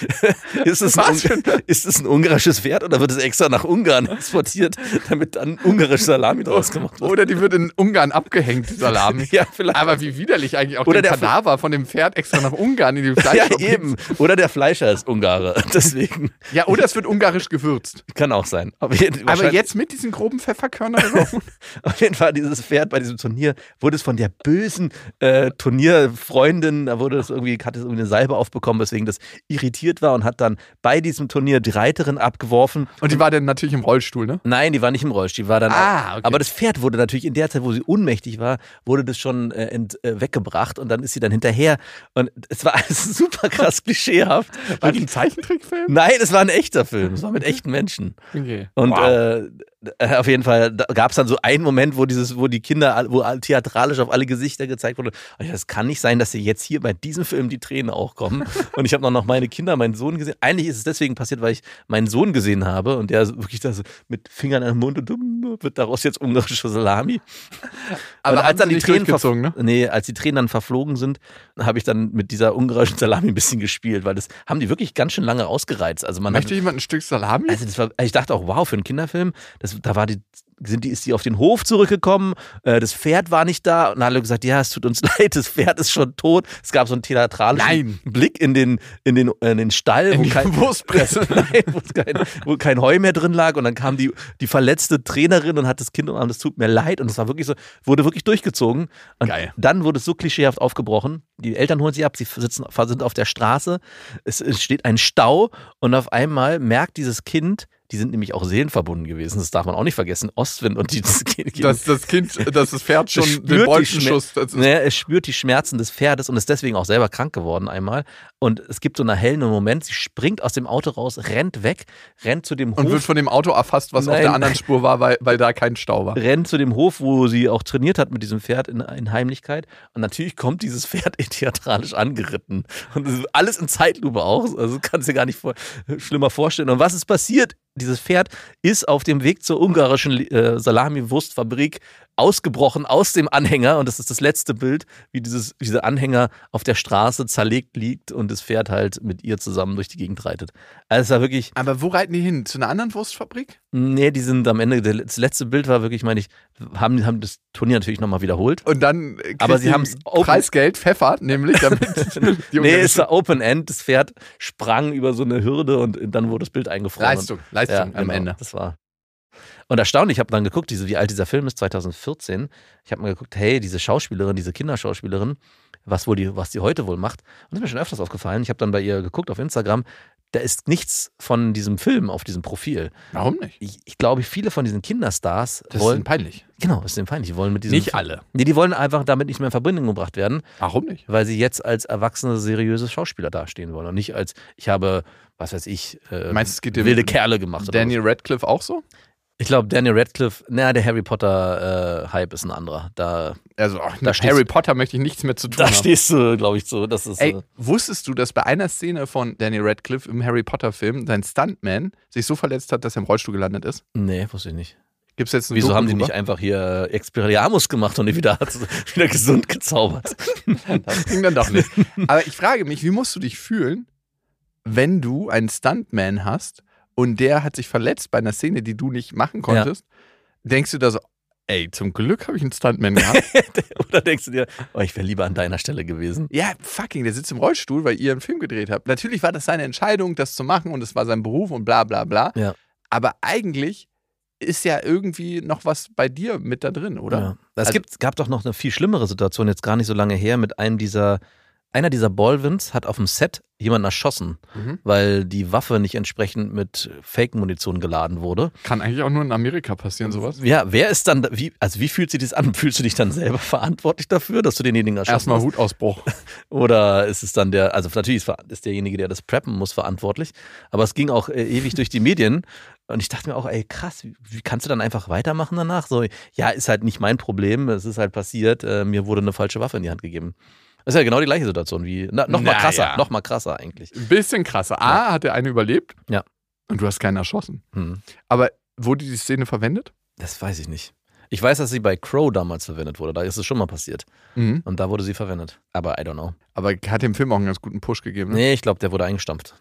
Speaker 4: Ist es, ein,
Speaker 5: Was
Speaker 4: Ungar- ist es ein ungarisches Pferd oder wird es extra nach Ungarn exportiert, damit dann ungarisch Salami draus gemacht wird?
Speaker 5: Oder die wird in Ungarn abgehängt, die Salami.
Speaker 4: Ja, vielleicht.
Speaker 5: Aber wie widerlich eigentlich auch
Speaker 4: Oder
Speaker 5: den
Speaker 4: der-
Speaker 5: Kadaver von dem Pferd extra nach Ungarn in die
Speaker 4: Ja,
Speaker 5: Fleischshop
Speaker 4: eben. Oder der Fleischer ist Ungare. Deswegen
Speaker 5: Ja, oder es wird ungarisch gewürzt.
Speaker 4: kann auch sein. Aber, jeden,
Speaker 5: Aber
Speaker 4: wahrscheinlich-
Speaker 5: jetzt mit diesen groben Pfefferkörnern drauf.
Speaker 4: Auf jeden Fall, dieses Pferd bei diesem Turnier wurde es von der bösen äh, Turnierfreundin, da wurde es irgendwie, hat es irgendwie eine Salbe aufbekommen, weswegen das irritiert war und hat dann bei diesem Turnier die Reiterin abgeworfen.
Speaker 5: Und die war dann natürlich im Rollstuhl, ne?
Speaker 4: Nein, die war nicht im Rollstuhl, die war dann.
Speaker 5: Ah, okay.
Speaker 4: Aber das Pferd wurde natürlich in der Zeit, wo sie ohnmächtig war, wurde das schon äh, ent, äh, weggebracht und dann ist sie dann hinterher. Und es war alles super krass klischeehaft.
Speaker 5: War das ein Zeichentrickfilm?
Speaker 4: Nein, es war ein echter Film, es war mit echten Menschen.
Speaker 5: Okay.
Speaker 4: Und
Speaker 5: wow.
Speaker 4: äh, auf jeden Fall gab es dann so einen Moment, wo dieses, wo die Kinder, all- wo all- theatralisch auf alle Gesichter gezeigt wurde. Und ich, das kann nicht sein, dass sie jetzt hier bei diesem Film die Tränen auch kommen. und ich habe noch, noch meine Kinder, meinen Sohn gesehen. Eigentlich ist es deswegen passiert, weil ich meinen Sohn gesehen habe und der so wirklich da so mit Fingern am Mund und dumm, wird daraus jetzt ungarische Salami.
Speaker 5: aber da
Speaker 4: und als
Speaker 5: hat
Speaker 4: dann
Speaker 5: dann
Speaker 4: die
Speaker 5: nicht
Speaker 4: Tränen
Speaker 5: durchgezogen, ne?
Speaker 4: verf- Nee, als die Tränen dann verflogen sind, habe ich dann mit dieser ungarischen Salami ein bisschen gespielt, weil das haben die wirklich ganz schön lange ausgereizt. Also man hat
Speaker 5: Möchte jemand ein Stück Salami?
Speaker 4: also das war, ich dachte auch, wow, für einen Kinderfilm, das, da war die, sind die, ist die auf den Hof zurückgekommen, äh, das Pferd war nicht da und dann alle gesagt, ja, es tut uns leid, das Pferd ist schon tot. Es gab so einen theatralischen
Speaker 5: Nein.
Speaker 4: Blick in den, in den, äh, in den Stall,
Speaker 5: In
Speaker 4: wo
Speaker 5: die
Speaker 4: kein,
Speaker 5: Wurstpresse.
Speaker 4: Nein, wo, es kein, wo kein Heu mehr drin lag und dann kam die, die verletzte Trainerin und hat das Kind umarmt, es tut mir leid und es war wirklich so, wurde wirklich durchgezogen und
Speaker 5: Geil.
Speaker 4: dann wurde es so klischeehaft aufgebrochen, die Eltern holen sie ab, sie sitzen, sind auf der Straße, es entsteht ein Stau und auf einmal merkt dieses Kind, die sind nämlich auch seelenverbunden gewesen, das darf man auch nicht vergessen, Ostwind und die, das Kind. um
Speaker 5: Dass das Kind, dass das Pferd
Speaker 4: Es
Speaker 5: schon
Speaker 4: spürt
Speaker 5: den
Speaker 4: die
Speaker 5: Bolzenschuss. Das ist-
Speaker 4: Naja, es spürt die Schmerzen des Pferdes und ist deswegen auch selber krank geworden einmal. Und es gibt so einen hellen Moment, sie springt aus dem Auto raus, rennt weg, rennt zu dem Hof.
Speaker 5: Und wird von dem Auto erfasst, was auf
Speaker 4: Nein.
Speaker 5: der anderen Spur war, weil, weil da kein Stau war.
Speaker 4: rennt zu dem Hof, wo sie auch trainiert hat mit diesem Pferd in, in Heimlichkeit. Und natürlich kommt dieses Pferd in theatralisch angeritten. Und das ist alles in Zeitlupe auch. Also das kannst du dir gar nicht vor, schlimmer vorstellen. Und was ist passiert? Dieses Pferd ist auf dem Weg zur ungarischen äh, Salami-Wurstfabrik ausgebrochen aus dem Anhänger. Und das ist das letzte Bild, wie dieses, dieser Anhänger auf der Straße zerlegt liegt und das Pferd halt mit ihr zusammen durch die Gegend reitet. Also es war wirklich
Speaker 5: Aber wo reiten die hin? Zu einer anderen Wurstfabrik?
Speaker 4: Nee, die sind am Ende, der- das letzte Bild war wirklich, meine ich, haben, haben das Turnier natürlich nochmal wiederholt.
Speaker 5: Und dann äh, kriegt
Speaker 4: Aber sie
Speaker 5: die
Speaker 4: haben's open-
Speaker 5: Preisgeld, Pfeffer, nämlich, damit die
Speaker 4: Nee, es
Speaker 5: ungarische
Speaker 4: war Open End, das Pferd sprang über so eine Hürde und dann wurde das Bild eingefroren.
Speaker 5: Leistung, Leistung
Speaker 4: ja,
Speaker 5: am
Speaker 4: genau,
Speaker 5: Ende.
Speaker 4: Das war. Und erstaunlich, ich habe dann geguckt, diese, wie alt dieser Film ist, 2014. Ich habe mal geguckt, hey, diese Schauspielerin, diese Kinderschauspielerin, was wohl die, was die heute wohl macht. Und das ist mir schon öfters aufgefallen. Ich habe dann bei ihr geguckt auf Instagram, da ist nichts von diesem Film auf diesem Profil.
Speaker 5: Warum nicht?
Speaker 4: Ich, ich glaube, viele von diesen Kinderstars
Speaker 5: Das ist
Speaker 4: wollen.
Speaker 5: denn peinlich.
Speaker 4: Genau, ist denen peinlich. Die wollen mit diesem
Speaker 5: Nicht alle.
Speaker 4: Nee, die wollen einfach damit nicht mehr in Verbindung gebracht werden,
Speaker 5: Warum nicht?
Speaker 4: weil sie jetzt als erwachsene, seriöse Schauspieler dastehen wollen und nicht als, ich habe, was weiß ich, äh,
Speaker 5: Meinst du, es geht dir
Speaker 4: wilde Kerle gemacht. oder
Speaker 5: Daniel Radcliffe auch so?
Speaker 4: was. Ich glaube, Daniel Radcliffe, na, der Harry Potter-Hype ist ein anderer. Da,
Speaker 5: Also ach,
Speaker 4: Da
Speaker 5: mit
Speaker 4: stehst-
Speaker 5: Harry Potter möchte ich nichts mehr zu tun
Speaker 4: da
Speaker 5: haben.
Speaker 4: stehst du, glaube ich, zu. Das ist,
Speaker 5: Ey,
Speaker 4: äh,
Speaker 5: wusstest du, dass bei einer Szene von Daniel Radcliffe im Harry Potter-Film sein Stuntman sich so verletzt hat, dass er im Rollstuhl gelandet ist?
Speaker 4: nee, wusste ich nicht.
Speaker 5: Gibt's jetzt eine
Speaker 4: Wieso
Speaker 5: Doku
Speaker 4: haben die
Speaker 5: drüber?
Speaker 4: nicht einfach hier Expelliarmus gemacht und ihn wieder, wieder gesund gezaubert?
Speaker 5: Das ging dann doch nicht. Aber ich frage mich, wie musst du dich fühlen, wenn du einen Stuntman hast und der hat sich verletzt bei einer Szene, die du nicht machen konntest? Denkst du da so, ey, zum Glück habe ich einen Stuntman gehabt?
Speaker 4: Oder denkst du dir, oh, ich wäre lieber an deiner Stelle gewesen?
Speaker 5: ja, fucking, der sitzt im Rollstuhl, weil ihr einen Film gedreht habt. Natürlich war das seine Entscheidung, das zu machen und es war sein Beruf und bla bla bla.
Speaker 4: Ja.
Speaker 5: Aber eigentlich ist ja irgendwie noch was bei dir mit da drin, oder?
Speaker 4: Ja. Es
Speaker 5: Also-
Speaker 4: gibt, gab doch noch eine viel schlimmere Situation, jetzt gar nicht so lange her, mit einem dieser, einer dieser Baldwins hat auf dem Set jemanden erschossen,
Speaker 5: Mhm.
Speaker 4: weil die Waffe nicht entsprechend mit Fake-Munition geladen wurde.
Speaker 5: Kann eigentlich auch nur in Amerika passieren, sowas.
Speaker 4: Ja, wer ist dann, wie, also wie fühlt sich das an? Fühlst du dich dann selber verantwortlich dafür, dass du denjenigen erschossen
Speaker 5: Erstmal
Speaker 4: hast?
Speaker 5: Hutausbruch.
Speaker 4: Oder ist es dann der, also natürlich ist, ver- ist derjenige, der das preppen muss, verantwortlich, aber es ging auch äh, ewig durch die Medien und ich dachte mir auch, ey krass, wie, wie kannst du dann einfach weitermachen danach? So, ja, ist halt nicht mein Problem, es ist halt passiert, äh, mir wurde eine falsche Waffe in die Hand gegeben. Das ist ja genau die gleiche Situation wie, na, noch mal
Speaker 5: Na
Speaker 4: krasser,
Speaker 5: ja.
Speaker 4: noch mal krasser eigentlich.
Speaker 5: Ein bisschen krasser. A, hat der eine überlebt.
Speaker 4: Ja.
Speaker 5: Und du hast keinen erschossen.
Speaker 4: Hm,
Speaker 5: Aber wurde die Szene verwendet?
Speaker 4: das weiß ich nicht. Ich weiß, dass sie bei Crow damals verwendet wurde, da ist es schon mal passiert
Speaker 5: Mhm.
Speaker 4: und da wurde sie verwendet, aber I don't know.
Speaker 5: Aber hat dem Film auch einen ganz guten Push gegeben. Ne?
Speaker 4: Nee, ich glaube, der wurde eingestampft.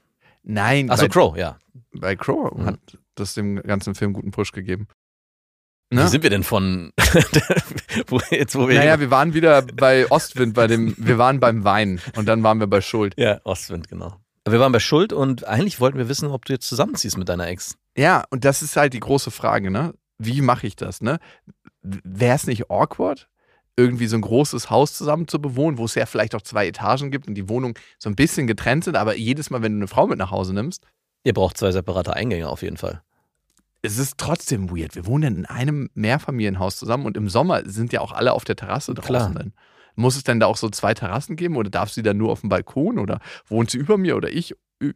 Speaker 5: Nein,
Speaker 4: Achso,
Speaker 5: bei,
Speaker 4: Crow, ja.
Speaker 5: bei Crow
Speaker 4: Mhm.
Speaker 5: hat das dem ganzen Film guten Push gegeben.
Speaker 4: Wie
Speaker 5: Ne?
Speaker 4: sind wir denn von, wo- jetzt wo wir
Speaker 5: Naja, wir waren wieder bei Ostwind, bei dem, wir waren beim Wein und dann waren wir bei Schuld.
Speaker 4: Ja, Ostwind, genau. Aber Wir waren bei Schuld und eigentlich wollten wir wissen, ob du jetzt zusammenziehst mit deiner Ex.
Speaker 5: Ja, und das ist halt die große Frage, ne? Wie mache ich das, ne? Wäre es nicht awkward, irgendwie so ein großes Haus zusammen zu bewohnen, wo es ja vielleicht auch zwei Etagen gibt und die Wohnungen so ein bisschen getrennt sind, aber jedes Mal, wenn du eine Frau mit nach Hause nimmst,
Speaker 4: Ihr braucht zwei separate Eingänge auf jeden Fall.
Speaker 5: es ist trotzdem weird. Wir wohnen in einem Mehrfamilienhaus zusammen und im Sommer sind ja auch alle auf der Terrasse draußen.
Speaker 4: Klar.
Speaker 5: Dann. Muss es denn da auch so zwei Terrassen geben oder darf sie dann nur auf dem Balkon oder wohnt sie über mir oder ich? Ü-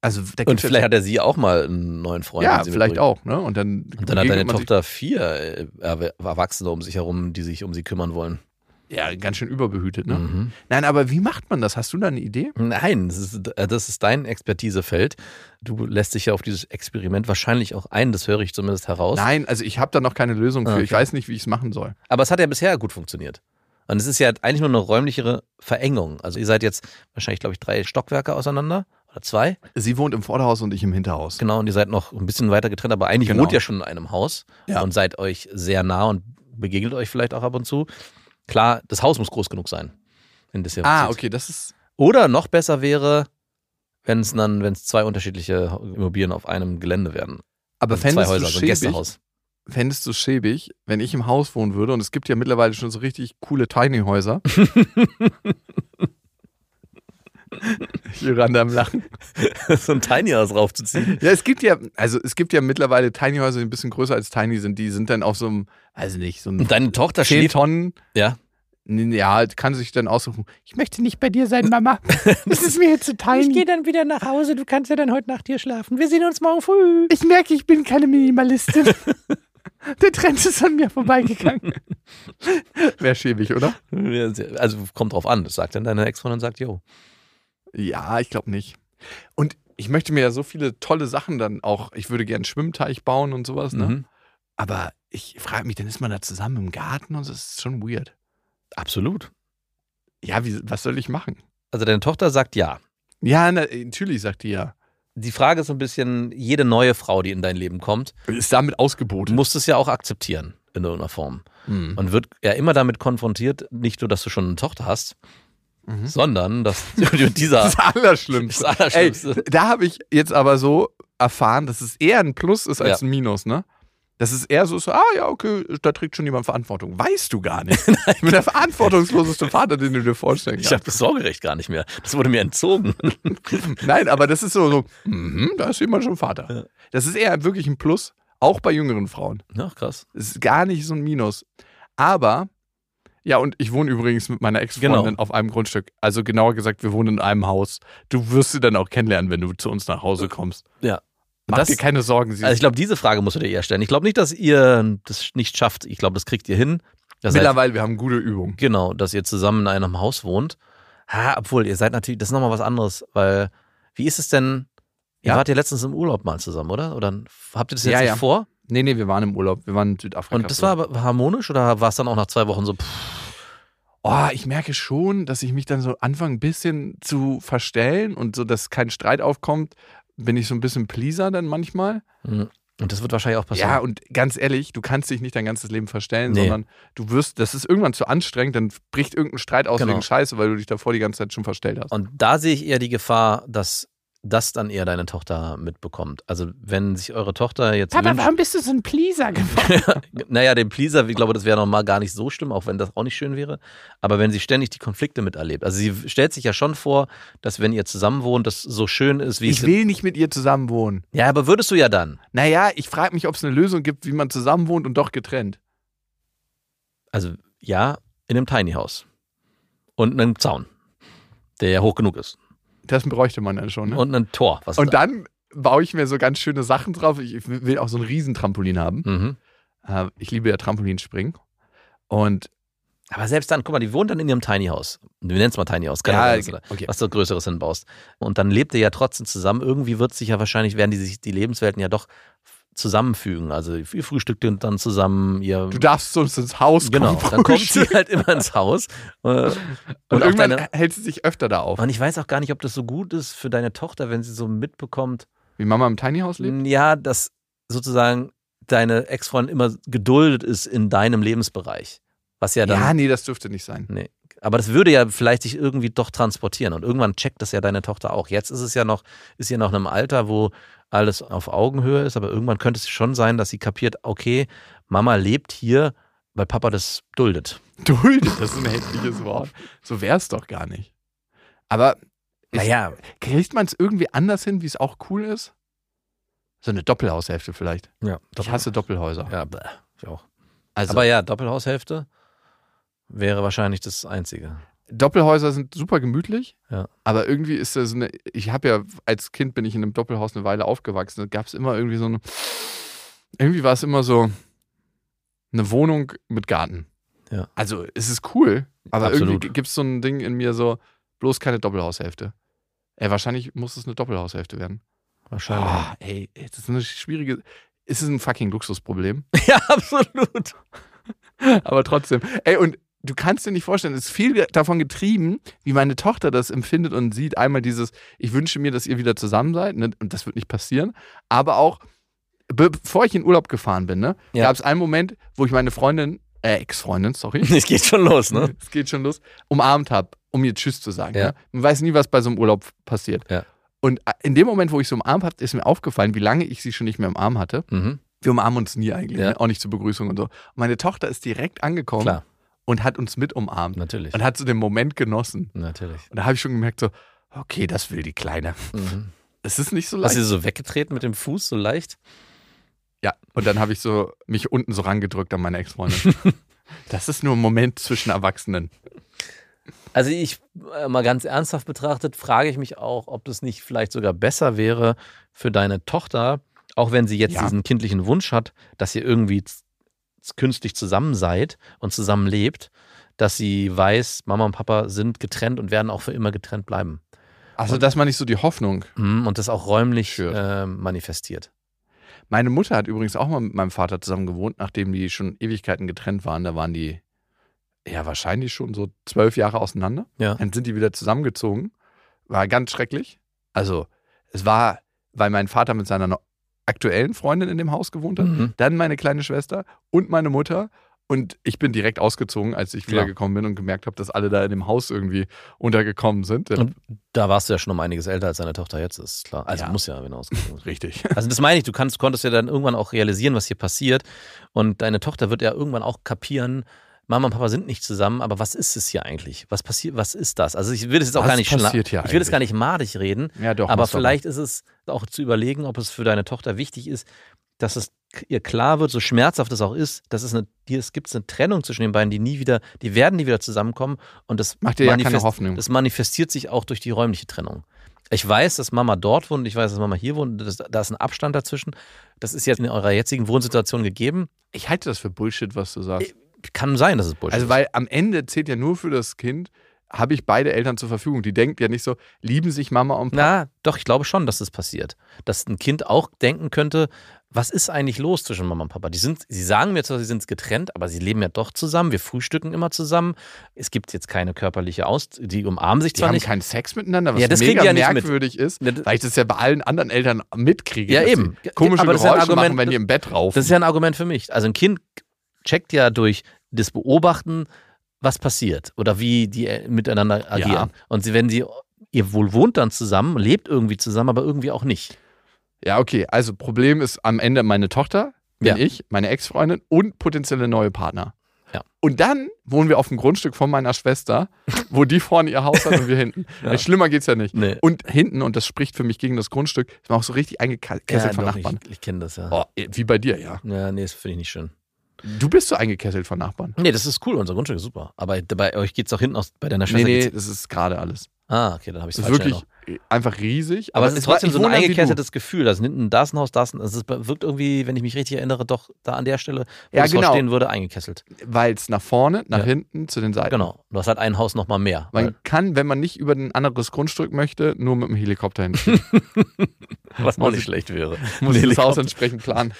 Speaker 5: Also da
Speaker 4: Und
Speaker 5: gibt's
Speaker 4: vielleicht hat er sie auch mal einen neuen Freund.
Speaker 5: ja,
Speaker 4: den sie
Speaker 5: vielleicht
Speaker 4: mitbringt.
Speaker 5: auch. Ne? Und dann,
Speaker 4: Und dann hat
Speaker 5: begegnet
Speaker 4: deine
Speaker 5: man sich-
Speaker 4: Tochter vier äh, Erw- Erwachsene um sich herum, die sich um sie kümmern wollen.
Speaker 5: ja ganz schön überbehütet. Ne?
Speaker 4: Mhm.
Speaker 5: Nein, aber wie macht man das? Hast du da eine Idee?
Speaker 4: Nein, das ist, äh, das ist dein Expertisefeld. Du lässt dich ja auf dieses Experiment wahrscheinlich auch ein, das höre ich zumindest heraus.
Speaker 5: Nein, also ich habe da noch keine Lösung für.
Speaker 4: Ah,
Speaker 5: Ich
Speaker 4: okay.
Speaker 5: weiß nicht, wie ich es machen soll.
Speaker 4: Aber es hat ja bisher gut funktioniert. Und es ist ja eigentlich nur eine räumlichere Verengung. Also ihr seid jetzt wahrscheinlich, glaube ich, drei Stockwerke auseinander oder zwei.
Speaker 5: Sie wohnt im Vorderhaus und ich im Hinterhaus.
Speaker 4: Genau, und ihr seid noch ein bisschen weiter getrennt, aber eigentlich
Speaker 5: Genau.
Speaker 4: wohnt ihr schon in einem Haus
Speaker 5: Ja.
Speaker 4: und seid euch sehr nah und begegnet euch vielleicht auch ab und zu. Klar, das Haus muss groß genug sein. Wenn das hier
Speaker 5: Ah,
Speaker 4: zieht.
Speaker 5: okay, das ist.
Speaker 4: Oder noch besser wäre, wenn es dann, wenn es zwei unterschiedliche Immobilien auf einem Gelände werden.
Speaker 5: Aber
Speaker 4: also zwei
Speaker 5: fändest
Speaker 4: Häuser,
Speaker 5: du
Speaker 4: so ein
Speaker 5: schäbig,
Speaker 4: Gästehaus.
Speaker 5: fändest du schäbig, wenn ich im Haus wohnen würde, und es gibt ja mittlerweile schon so richtig coole Tiny-Häuser. ich höre an deinem Lachen.
Speaker 4: so ein Tiny House raufzuziehen.
Speaker 5: Ja, es gibt ja, also es gibt ja mittlerweile Tiny-Häuser, die ein bisschen größer als Tiny sind. Die sind dann auf so einem, also nicht, so einem
Speaker 4: Und deine Tochter
Speaker 5: 10
Speaker 4: schläft.
Speaker 5: Tonnen.
Speaker 4: Ja.
Speaker 5: Ja, kann sich dann aussuchen. Ich möchte nicht bei dir sein, Mama. Das ist mir jetzt zu tiny. Ich gehe dann wieder nach Hause. Du kannst ja dann heute Nacht hier schlafen. Wir sehen uns morgen früh. Ich merke, ich bin keine Minimalistin. Der Trend ist an mir vorbeigegangen. Wäre schäbig, oder?
Speaker 4: Also kommt drauf an, das sagt dann deine Ex-Freundin und sagt, jo.
Speaker 5: Ja, ich glaube nicht. Und ich möchte mir ja so viele tolle Sachen dann auch. Ich würde gerne einen Schwimmteich bauen und sowas, ne?
Speaker 4: Mhm.
Speaker 5: Aber ich frage mich, dann ist man da zusammen im Garten und so, das ist schon weird.
Speaker 4: Absolut.
Speaker 5: Ja, wie, was soll ich machen?
Speaker 4: Also deine Tochter sagt ja.
Speaker 5: Ja, na, natürlich sagt die ja.
Speaker 4: Die Frage ist so ein bisschen, jede neue Frau, die in dein Leben kommt,
Speaker 5: Ist damit
Speaker 4: du
Speaker 5: ausgeboten.
Speaker 4: musst es ja auch akzeptieren in irgendeiner Form.
Speaker 5: Mhm.
Speaker 4: Und wird ja immer damit konfrontiert, nicht nur, dass du schon eine Tochter hast,
Speaker 5: Mhm.
Speaker 4: sondern dass du dieser
Speaker 5: Das Allerschlimmste.
Speaker 4: Das Allerschlimmste.
Speaker 5: Ey, da habe ich jetzt aber so erfahren, dass es eher ein Plus ist als
Speaker 4: Ja.
Speaker 5: ein Minus, ne? Das ist eher so, so, ah ja, okay, da trägt schon jemand Verantwortung. Weißt du gar nicht. ich bin der verantwortungsloseste Vater, den du dir vorstellen
Speaker 4: ich habe
Speaker 5: kannst.
Speaker 4: das Sorgerecht gar nicht mehr. Das wurde mir entzogen.
Speaker 5: Nein, aber das ist so, so mhm, da ist jemand schon Vater.
Speaker 4: Ja.
Speaker 5: Das ist eher wirklich ein Plus, auch bei jüngeren Frauen.
Speaker 4: Ach, krass.
Speaker 5: Es ist gar nicht so ein Minus. Aber, ja, und ich wohne übrigens mit meiner Ex-Freundin
Speaker 4: Genau.
Speaker 5: auf einem Grundstück. Also Äh, genauer gesagt, wir wohnen in einem Haus. Du wirst sie dann auch kennenlernen, wenn du zu uns nach Hause kommst.
Speaker 4: Ja. Und
Speaker 5: Mach
Speaker 4: das,
Speaker 5: dir keine Sorgen, sie
Speaker 4: also ich glaube, diese Frage musst du dir eher stellen. Ich glaube nicht, dass ihr das nicht schafft. Ich glaube, das kriegt ihr hin. Das heißt,
Speaker 5: mittlerweile, wir haben gute Übung.
Speaker 4: genau, dass ihr zusammen in einem Haus wohnt. Ha, obwohl, ihr seid natürlich, das ist nochmal was anderes, weil wie ist es denn? Ihr
Speaker 5: Ja.
Speaker 4: wart ja letztens im Urlaub mal zusammen, oder? Oder habt ihr das jetzt
Speaker 5: Ja,
Speaker 4: nicht
Speaker 5: ja.
Speaker 4: vor?
Speaker 5: Nee, nee, wir waren im Urlaub, wir waren in Südafrika.
Speaker 4: Und das war aber harmonisch oder war es dann auch nach zwei Wochen so, pff,
Speaker 5: Oh, ich merke schon, dass ich mich dann so anfange, ein bisschen zu verstellen und so, dass kein Streit aufkommt, bin ich so ein bisschen Pleaser dann manchmal.
Speaker 4: und das wird wahrscheinlich auch passieren.
Speaker 5: Ja, und ganz ehrlich, du kannst dich nicht dein ganzes Leben verstellen,
Speaker 4: Nee.
Speaker 5: sondern du wirst, das ist irgendwann zu anstrengend, dann bricht irgendein Streit aus
Speaker 4: Genau.
Speaker 5: wegen Scheiße, weil du dich davor die ganze Zeit schon verstellt hast.
Speaker 4: Und da sehe ich eher die Gefahr, dass das dann eher deine Tochter mitbekommt. Also wenn sich eure Tochter jetzt wünscht,
Speaker 5: bist du so ein Pleaser geworden?
Speaker 4: naja, den Pleaser, ich glaube, das wäre nochmal gar nicht so schlimm, auch wenn das auch nicht schön wäre. Aber wenn sie ständig die Konflikte miterlebt. Also sie stellt sich ja schon vor, dass wenn ihr zusammen wohnt, das so schön ist, wie
Speaker 5: Ich
Speaker 4: es-
Speaker 5: will nicht mit ihr zusammen wohnen.
Speaker 4: Ja, aber würdest du ja dann.
Speaker 5: Naja, ich frage mich, ob es eine Lösung gibt, wie man zusammen wohnt und doch getrennt.
Speaker 4: Also ja, in einem Tiny House. Und einem Zaun, der ja hoch genug ist.
Speaker 5: Das bräuchte man dann schon. Ne? Und,
Speaker 4: Und einem Tor, was ist-
Speaker 5: dann baue ich mir so ganz schöne Sachen drauf. Ich ich will auch so ein Riesentrampolin haben.
Speaker 4: Mhm.
Speaker 5: Äh, Ich liebe ja Trampolinspringen. Und
Speaker 4: Aber selbst dann, guck mal, die wohnt dann in ihrem Tiny House. Wir nennen es mal Tiny House, keine
Speaker 5: Ja,
Speaker 4: Ahnung,
Speaker 5: Genau, okay.
Speaker 4: was du- was du Größeres hinbaust. Und dann lebt ihr ja trotzdem zusammen. Irgendwie wird sich ja wahrscheinlich, werden die sich die Lebenswelten ja doch f- zusammenfügen. Also ihr frühstückt dann zusammen, ihr.
Speaker 5: du darfst sonst ins Haus
Speaker 4: genau,
Speaker 5: kommen.
Speaker 4: dann kommt sie
Speaker 5: Frühstück.
Speaker 4: halt immer ins Haus. äh, Und,
Speaker 5: Und
Speaker 4: auch
Speaker 5: irgendwann
Speaker 4: deine,
Speaker 5: hält sie sich öfter da auf.
Speaker 4: und ich weiß auch gar nicht, ob das so gut ist für deine Tochter, wenn sie so mitbekommt, mm,
Speaker 5: Wie Mama im Tiny House lebt?
Speaker 4: ja, dass sozusagen deine Ex-Freundin immer geduldet ist in deinem Lebensbereich. Was ja dann
Speaker 5: Ja, nee, das dürfte nicht sein.
Speaker 4: Nee. Aber das würde ja vielleicht sich irgendwie doch transportieren. Und irgendwann checkt das ja deine Tochter auch. Jetzt ist es ja noch, ist ja noch in einem Alter, wo alles auf Augenhöhe ist, aber irgendwann könnte es schon sein, dass sie kapiert, okay, Mama lebt hier, weil Papa das duldet.
Speaker 5: Duldet, das ist ein hässliches Wort. So wär's doch gar nicht. Aber ist-
Speaker 4: Naja,
Speaker 5: kriegt man es irgendwie anders hin, wie es auch cool ist? So eine Doppelhaushälfte vielleicht.
Speaker 4: ja,
Speaker 5: Ich hasse Doppelhäuser.
Speaker 4: Ja, bäh, ich auch.
Speaker 5: Also
Speaker 4: aber ja, Doppelhaushälfte wäre wahrscheinlich das Einzige.
Speaker 5: Doppelhäuser sind super gemütlich,
Speaker 4: Ja.
Speaker 5: aber irgendwie ist das eine. Ich habe ja als Kind bin ich in einem Doppelhaus eine Weile aufgewachsen. Da gab es immer irgendwie so eine. Irgendwie war es immer so eine Wohnung mit Garten.
Speaker 4: Ja.
Speaker 5: Also es ist cool, aber
Speaker 4: Absolut.
Speaker 5: irgendwie gibt es so ein Ding in mir so bloß keine Doppelhaushälfte. Ey, wahrscheinlich muss es eine Doppelhaushälfte werden.
Speaker 4: Wahrscheinlich.
Speaker 5: Ah, ey, das ist eine schwierige. Es ist ein fucking Luxusproblem.
Speaker 4: Ja, absolut.
Speaker 5: Aber trotzdem. Ey, und du kannst dir nicht vorstellen, es ist viel ge- davon getrieben, wie meine Tochter das empfindet und sieht. Einmal dieses, ich wünsche mir, dass ihr wieder zusammen seid, ne? und das wird nicht passieren. Aber auch, be- bevor ich in Urlaub gefahren bin, ne,
Speaker 4: Ja.
Speaker 5: gab es einen Moment, wo ich meine Freundin, äh, Ex-Freundin, sorry,
Speaker 4: Es geht schon los, ne?
Speaker 5: es geht schon los, umarmt habe, um ihr Tschüss zu sagen.
Speaker 4: Ja.
Speaker 5: Ne? Man weiß nie, was bei so einem Urlaub passiert.
Speaker 4: Ja.
Speaker 5: Und äh, in dem Moment, wo ich sie umarmt habe, ist mir aufgefallen, wie lange ich sie schon nicht mehr im Arm hatte.
Speaker 4: Mhm.
Speaker 5: Wir umarmen uns nie eigentlich,
Speaker 4: Ja.
Speaker 5: ne? auch nicht zur Begrüßung und so. Meine Tochter ist direkt angekommen
Speaker 4: Klar,
Speaker 5: und hat uns mit umarmt
Speaker 4: natürlich.
Speaker 5: und hat so den Moment genossen.
Speaker 4: Natürlich.
Speaker 5: Und da habe ich schon gemerkt, so, okay, das will die Kleine.
Speaker 4: Mhm.
Speaker 5: Es ist nicht so
Speaker 4: Hast
Speaker 5: leicht.
Speaker 4: du sie so weggetreten mit dem Fuß, so leicht?
Speaker 5: ja, und dann habe ich so mich unten so rangedrückt an meine Ex-Freundin. das ist nur ein Moment zwischen Erwachsenen.
Speaker 4: Also ich, äh, mal ganz ernsthaft betrachtet, frage ich mich auch, ob das nicht vielleicht sogar besser wäre für deine Tochter, auch wenn sie jetzt
Speaker 5: Ja.
Speaker 4: diesen kindlichen Wunsch hat, dass ihr irgendwie z- z- künstlich zusammen seid und zusammen lebt, dass sie weiß, Mama und Papa sind getrennt und werden auch für immer getrennt bleiben.
Speaker 5: Also, dass man nicht so die Hoffnung.
Speaker 4: Mhm, Und das auch räumlich
Speaker 5: Sure.
Speaker 4: äh, manifestiert.
Speaker 5: Meine Mutter hat übrigens auch mal mit meinem Vater zusammen gewohnt, nachdem die schon Ewigkeiten getrennt waren. Da waren die, ja, wahrscheinlich schon so zwölf Jahre auseinander.
Speaker 4: Ja.
Speaker 5: Dann sind die wieder zusammengezogen. War ganz schrecklich. Also, es war, weil mein Vater mit seiner no- aktuellen Freundin in dem Haus gewohnt hat.
Speaker 4: Mhm.
Speaker 5: dann meine kleine Schwester und meine Mutter. Und ich bin direkt ausgezogen, als ich
Speaker 4: Klar.
Speaker 5: wiedergekommen bin und gemerkt habe, dass alle da in dem Haus irgendwie untergekommen sind.
Speaker 4: Und da warst du ja schon um einiges älter als deine Tochter jetzt ist, klar. Also
Speaker 5: Ja.
Speaker 4: muss ja hinaus.
Speaker 5: Richtig.
Speaker 4: Also das meine ich, du kannst, konntest ja dann irgendwann auch realisieren, was hier passiert. Und deine Tochter wird ja irgendwann auch kapieren, Mama und Papa sind nicht zusammen, aber was ist es hier eigentlich? Was passiert, was ist das? Also ich will das jetzt auch
Speaker 5: Was
Speaker 4: gar nicht schla-
Speaker 5: passiert hier
Speaker 4: Ich will das
Speaker 5: eigentlich?
Speaker 4: gar nicht madig reden,
Speaker 5: Ja, doch.
Speaker 4: aber
Speaker 5: muss doch
Speaker 4: vielleicht ist es auch zu überlegen, ob es für deine Tochter wichtig ist, dass es k- ihr klar wird, so schmerzhaft es auch ist, dass es eine, hier es gibt eine Trennung zwischen den beiden, die nie wieder, die werden nie wieder zusammenkommen und das
Speaker 5: Macht dir ja keine
Speaker 4: manifest-
Speaker 5: Hoffnung.
Speaker 4: Das manifestiert sich auch durch die räumliche Trennung. Ich weiß, dass Mama dort wohnt, ich weiß, dass Mama hier wohnt, das, da ist ein Abstand dazwischen. Das ist jetzt in eurer jetzigen Wohnsituation gegeben.
Speaker 5: Ich halte das für Bullshit, was du sagst.
Speaker 4: Kann sein, dass es Bullshit
Speaker 5: Also,
Speaker 4: ist.
Speaker 5: weil am Ende zählt ja nur für das Kind, habe ich beide Eltern zur Verfügung. Die denkt ja nicht so, lieben sich Mama und Papa.
Speaker 4: Na, doch, ich glaube schon, dass das passiert. Dass ein Kind auch denken könnte, was ist eigentlich los zwischen Mama und Papa? Die sind, sie sagen mir zwar, sie sind getrennt, aber sie leben ja doch zusammen, wir frühstücken immer zusammen. Es gibt jetzt keine körperliche Aus, die umarmen sich
Speaker 5: Die
Speaker 4: zwar
Speaker 5: haben
Speaker 4: nicht.
Speaker 5: keinen Sex miteinander, was
Speaker 4: Ja, das
Speaker 5: mega
Speaker 4: kriegen die ja nicht mit.
Speaker 5: merkwürdig ist,
Speaker 4: Ja, das-
Speaker 5: weil ich das ja bei allen anderen Eltern mitkriege.
Speaker 4: Ja,
Speaker 5: dass
Speaker 4: eben.
Speaker 5: die Komische
Speaker 4: Aber das ist ja ein
Speaker 5: Geräusche machen,
Speaker 4: Argument-
Speaker 5: wenn die im Bett raufen.
Speaker 4: Das ist ja ein Argument für mich. Also ein Kind checkt ja durch das Beobachten, was passiert oder wie die äh, miteinander agieren. Und sie, wenn sie, ihr wohl wohnt dann zusammen, lebt irgendwie zusammen, aber irgendwie auch nicht.
Speaker 5: Ja, okay. Also Problem ist am Ende meine Tochter, bin
Speaker 4: Ja.
Speaker 5: ich, meine Ex-Freundin und potenzielle neue Partner.
Speaker 4: Ja.
Speaker 5: Und dann wohnen wir auf dem Grundstück von meiner Schwester, wo die vorne ihr Haus hat und wir hinten. Äh,
Speaker 4: Ja.
Speaker 5: Schlimmer geht's ja nicht.
Speaker 4: Nee.
Speaker 5: Und hinten, und das spricht für mich gegen das Grundstück, ist man auch so richtig eingekesselt von
Speaker 4: doch, ich
Speaker 5: Nachbarn.
Speaker 4: ich kenne das ja.
Speaker 5: Oh, wie bei dir, ja.
Speaker 4: Ja, nee, das finde ich nicht schön.
Speaker 5: Du bist so eingekesselt von Nachbarn.
Speaker 4: Nee, das ist cool, unser Grundstück ist super. Aber bei euch geht's auch hinten aus, bei deiner
Speaker 5: Nee,
Speaker 4: Schwester
Speaker 5: nee,
Speaker 4: geht's.
Speaker 5: das ist gerade alles.
Speaker 4: Ah, okay, dann habe ich
Speaker 5: Das
Speaker 4: es
Speaker 5: ist
Speaker 4: wirklich.
Speaker 5: wirklich äh, einfach riesig.
Speaker 4: Aber, es ist
Speaker 5: war-
Speaker 4: trotzdem
Speaker 5: ich
Speaker 4: so ein
Speaker 5: wohne da wie du.
Speaker 4: eingekesseltes Gefühl. Also hinten da ist ein Haus, da ist ein, also es wirkt irgendwie, wenn ich mich richtig erinnere, doch da an der Stelle, wo
Speaker 5: Ja,
Speaker 4: es
Speaker 5: genau.
Speaker 4: stehen würde, eingekesselt.
Speaker 5: Weil es nach vorne, nach
Speaker 4: Ja.
Speaker 5: hinten, zu den Seiten.
Speaker 4: Genau. Du hast halt ein Haus nochmal mehr.
Speaker 5: Man kann, wenn man nicht über ein anderes Grundstück möchte, nur mit dem Helikopter hin.
Speaker 4: was auch
Speaker 5: muss
Speaker 4: nicht
Speaker 5: ich-
Speaker 4: schlecht wäre.
Speaker 5: Muss
Speaker 4: Nee,
Speaker 5: das Haus
Speaker 4: Helikopter.
Speaker 5: entsprechend planen.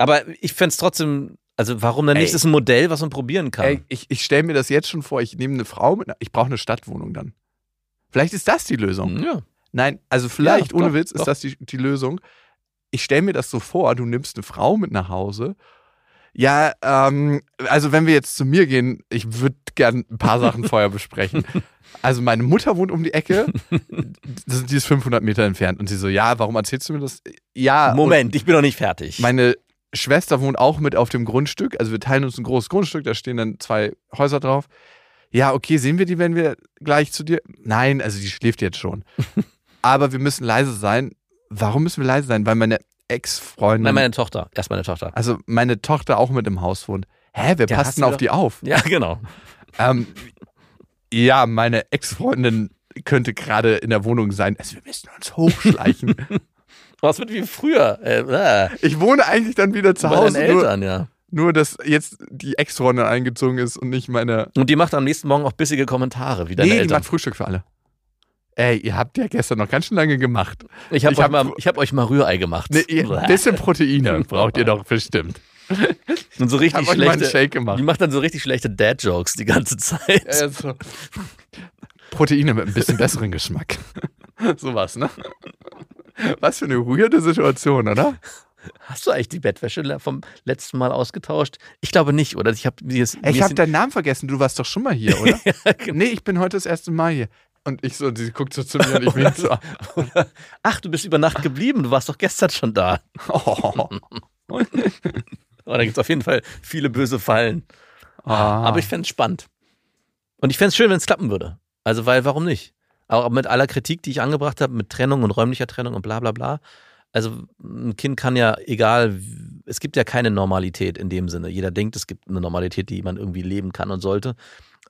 Speaker 4: Aber ich fände es trotzdem, also warum denn nicht?
Speaker 5: Ey.
Speaker 4: Das ist ein Modell, was man probieren kann.
Speaker 5: Ey, ich ich stelle mir das jetzt schon vor, ich nehme eine Frau mit, einer- ich brauche eine Stadtwohnung dann. Vielleicht ist das die Lösung.
Speaker 4: Hm, Ja.
Speaker 5: Nein, also vielleicht,
Speaker 4: Ja,
Speaker 5: ohne
Speaker 4: doch,
Speaker 5: Witz,
Speaker 4: doch.
Speaker 5: ist das die, die Lösung. Ich stelle mir das so vor, du nimmst eine Frau mit nach Hause. Ja, ähm, also wenn wir jetzt zu mir gehen, ich würde gern ein paar Sachen vorher besprechen. Also meine Mutter wohnt um die Ecke, das, die ist 500 Meter entfernt. Und sie so, ja, warum erzählst du mir das? Ja, Ah, und-
Speaker 4: Moment, ich bin noch nicht fertig.
Speaker 5: Meine Schwester wohnt auch mit auf dem Grundstück. Also wir teilen uns ein großes Grundstück, da stehen dann zwei Häuser drauf. Ja, okay, sehen wir die, wenn wir gleich zu dir. Nein, also die schläft jetzt schon. Aber wir müssen leise sein. Warum müssen wir leise sein? Weil meine Ex-Freundin,
Speaker 4: Nein, meine Tochter. Erst meine Tochter.
Speaker 5: also meine Tochter auch mit im Haus wohnt. Hä, wer
Speaker 4: Ja,
Speaker 5: passt
Speaker 4: hast
Speaker 5: denn
Speaker 4: du
Speaker 5: auf
Speaker 4: doch-
Speaker 5: die auf?
Speaker 4: Ja, genau.
Speaker 5: Ähm, ja, meine Ex-Freundin könnte gerade in der Wohnung sein. Also wir müssen uns hochschleichen.
Speaker 4: Was wird wie früher? Äh, äh,
Speaker 5: ich wohne eigentlich dann wieder zu
Speaker 4: bei
Speaker 5: Hause.
Speaker 4: deinen
Speaker 5: nur-
Speaker 4: Eltern, ja.
Speaker 5: Nur, dass jetzt die Ex-Freundin eingezogen ist und nicht meine.
Speaker 4: Und die macht am nächsten Morgen auch bissige Kommentare, wie deine
Speaker 5: die
Speaker 4: Eltern.
Speaker 5: macht Frühstück für alle. Ey, ihr habt ja gestern noch ganz schön lange gemacht.
Speaker 4: Ich habe
Speaker 5: ich
Speaker 4: euch,
Speaker 5: hab-
Speaker 4: mal- ich hab euch mal Rührei gemacht.
Speaker 5: Ne, ihr, ein bisschen Proteine braucht ihr doch bestimmt.
Speaker 4: und so
Speaker 5: Ich
Speaker 4: richtig
Speaker 5: hab euch mal einen
Speaker 4: schlechte.
Speaker 5: Shake gemacht.
Speaker 4: Die macht dann so richtig schlechte Dad-Jokes die ganze Zeit.
Speaker 5: Äh, so. Proteine mit ein bisschen besseren Geschmack. Sowas, ne? Was für eine weirde Situation, oder?
Speaker 4: Hast du eigentlich die Bettwäsche le- vom letzten Mal ausgetauscht? Ich glaube nicht, oder? Ich habe mir jetzt.
Speaker 5: Ey, Ich
Speaker 4: mir genau.
Speaker 5: habe
Speaker 4: ist-
Speaker 5: deinen Namen vergessen. Du warst doch schon mal hier, oder? Nee, ich bin heute das erste Mal hier. Und ich so, sie guckt so zu mir und ich wink so.
Speaker 4: oder, ach, du bist über Nacht geblieben. Du warst doch gestern schon da.
Speaker 5: Oh.
Speaker 4: Aber da gibt es auf jeden Fall viele böse Fallen.
Speaker 5: Ah.
Speaker 4: Aber ich fände es spannend. Und ich fände es schön, wenn es klappen würde. Also, weil, warum nicht? Auch mit aller Kritik, die ich angebracht habe, mit Trennung und räumlicher Trennung und bla bla bla. Also, ein Kind kann ja, egal, w- es gibt ja keine Normalität in dem Sinne. Jeder denkt, es gibt eine Normalität, die man irgendwie leben kann und sollte.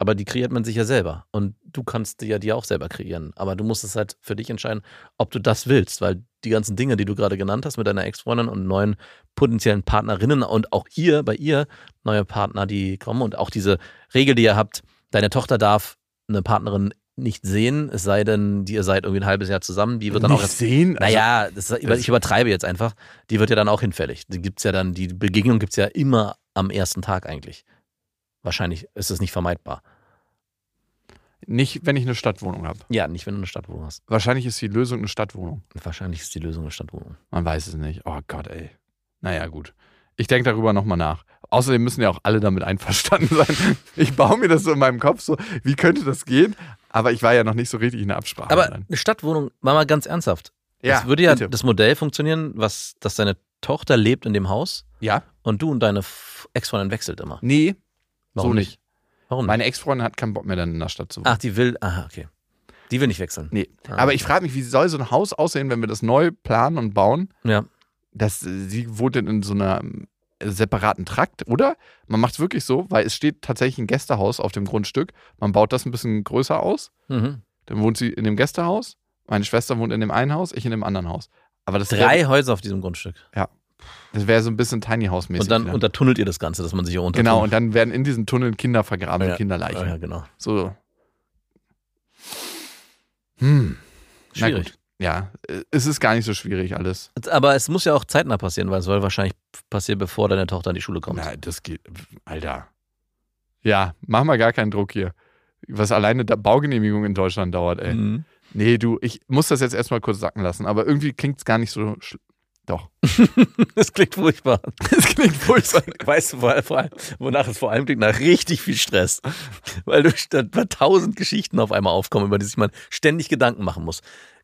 Speaker 4: Aber die kreiert man sich ja selber. Und du kannst die ja die auch selber kreieren. Aber du musst es halt für dich entscheiden, ob du das willst. Weil die ganzen Dinge, die du gerade genannt hast mit deiner Ex-Freundin und neuen potenziellen Partnerinnen und auch ihr, bei ihr, neue Partner, die kommen und auch diese Regel, die ihr habt, deine Tochter darf eine Partnerin nicht sehen, es sei denn, die ihr seid irgendwie ein halbes Jahr zusammen, die wird dann
Speaker 5: nicht
Speaker 4: auch erst,
Speaker 5: sehen. Also,
Speaker 4: naja, das, ist- ich übertreibe jetzt einfach, die wird ja dann auch hinfällig. Die gibt's ja dann, die Begegnung gibt es ja immer am ersten Tag eigentlich. Wahrscheinlich ist es nicht vermeidbar.
Speaker 5: Nicht, wenn ich eine Stadtwohnung habe.
Speaker 4: Ja, nicht, wenn du eine Stadtwohnung hast.
Speaker 5: Wahrscheinlich ist die Lösung eine Stadtwohnung.
Speaker 4: Wahrscheinlich ist die Lösung eine Stadtwohnung.
Speaker 5: Man weiß es nicht. Oh Gott, ey. Naja, gut. Ich denke darüber nochmal nach. Außerdem müssen ja auch alle damit einverstanden sein. Ich baue mir das so in meinem Kopf so, wie könnte das gehen? Aber ich war ja noch nicht so richtig in der Absprache.
Speaker 4: Aber
Speaker 5: dann.
Speaker 4: eine Stadtwohnung, mal mal ganz ernsthaft.
Speaker 5: ja,
Speaker 4: das würde ja
Speaker 5: bitte.
Speaker 4: das Modell funktionieren, was, dass deine Tochter lebt in dem Haus
Speaker 5: ja?
Speaker 4: und du und deine F- Ex-Freundin wechselt immer.
Speaker 5: Nee,
Speaker 4: Warum
Speaker 5: so nicht.
Speaker 4: Warum nicht? Ah.
Speaker 5: Meine Ex-Freundin hat keinen Bock mehr, dann in der Stadt zu wohnen.
Speaker 4: Ach, die will, aha, okay. Die will nicht wechseln.
Speaker 5: Nee.
Speaker 4: Ah.
Speaker 5: Aber ich frage mich, wie soll so ein Haus aussehen, wenn wir das neu planen und bauen?
Speaker 4: Ja.
Speaker 5: Das, äh, sie wohnt denn in so einer äh, separaten Trakt, oder? Man macht es wirklich so, weil es steht tatsächlich ein Gästehaus auf dem Grundstück. Man baut das ein bisschen größer aus,
Speaker 4: Mhm.
Speaker 5: dann wohnt sie in dem Gästehaus Meine Schwester wohnt in dem einen Haus, ich in dem anderen Haus. Aber das
Speaker 4: Drei
Speaker 5: wäre
Speaker 4: Häuser auf diesem Grundstück.
Speaker 5: wär so ein bisschen Tiny House mäßig.
Speaker 4: Und dann
Speaker 5: wieder.
Speaker 4: untertunnelt ihr das Ganze, dass man sich hier runter.
Speaker 5: genau, und dann werden in diesen Tunneln Kinder vergraben,
Speaker 4: Ja.
Speaker 5: und Kinderleichen.
Speaker 4: Ja, genau.
Speaker 5: So. Hm. Na
Speaker 4: Schwierig.
Speaker 5: gut. Ja, äh, es ist gar nicht so schwierig alles.
Speaker 4: Aber es muss ja auch zeitnah passieren, weil es soll wahrscheinlich passieren, bevor deine Tochter in die Schule kommt.
Speaker 5: Na, das geht. Alter. Ja, mach mal gar keinen Druck hier. Was alleine da Baugenehmigung in Deutschland dauert, ey.
Speaker 4: Mhm.
Speaker 5: Nee, du, ich muss das jetzt erstmal kurz sacken lassen, aber irgendwie klingt es gar nicht so. schl- Doch.
Speaker 4: Das klingt furchtbar.
Speaker 5: Es klingt furchtbar.
Speaker 4: Weißt du, vor vor allem, wonach es vor allem klingt, nach richtig viel Stress. Weil du statt bei tausend Geschichten auf einmal aufkommen, über die sich man ständig Gedanken machen muss.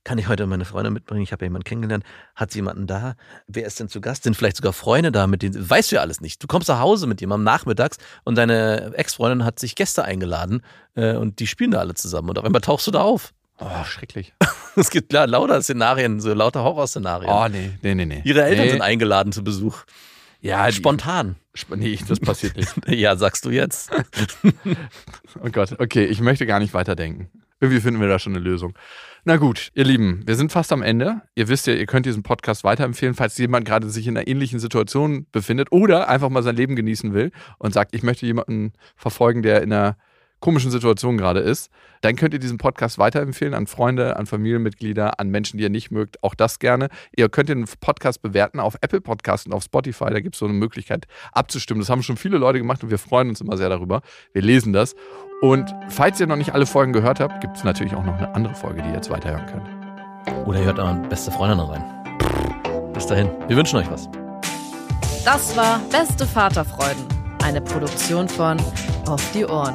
Speaker 4: Kann ich heute meine Freunde mitbringen? Ich habe ja jemanden kennengelernt. Hat sie jemanden da? Wer ist denn zu Gast? Sind vielleicht sogar Freunde da, mit denen weißt du ja alles nicht. Du kommst nach Hause mit jemandem nachmittags und deine Ex-Freundin hat sich Gäste eingeladen äh, und die spielen da alle zusammen und auf einmal tauchst du da auf.
Speaker 5: Oh, schrecklich.
Speaker 4: Es gibt la- lauter Szenarien, so lauter Horrorszenarien.
Speaker 5: Oh, nee, nee, nee, nee.
Speaker 4: Ihre Eltern
Speaker 5: nee.
Speaker 4: sind eingeladen zu Besuch.
Speaker 5: Ja, die-
Speaker 4: Spontan.
Speaker 5: Sp- Nee, das passiert nicht.
Speaker 4: Ja, sagst du jetzt.
Speaker 5: Oh Gott, okay, ich möchte gar nicht weiterdenken. Irgendwie finden wir da schon eine Lösung. Na gut, ihr Lieben, wir sind fast am Ende. Ihr wisst ja, ihr könnt diesen Podcast weiterempfehlen, falls jemand gerade sich in einer ähnlichen Situation befindet oder einfach mal sein Leben genießen will und sagt, ich möchte jemanden verfolgen, der in einer komischen Situation gerade ist. Dann könnt ihr diesen Podcast weiterempfehlen an Freunde, an Familienmitglieder, an Menschen, die ihr nicht mögt. Auch das gerne. Ihr könnt den Podcast bewerten auf Apple Podcasts und auf Spotify. Da gibt es so eine Möglichkeit abzustimmen. Das haben schon viele Leute gemacht und wir freuen uns immer sehr darüber. Wir lesen das. Und falls ihr noch nicht alle Folgen gehört habt, gibt es natürlich auch noch eine andere Folge, die ihr jetzt weiterhören könnt.
Speaker 4: Oder ihr hört an beste Freundin rein. Bis dahin. Wir wünschen euch was.
Speaker 2: Das war Beste Vaterfreuden, eine Produktion von Auf die Ohren.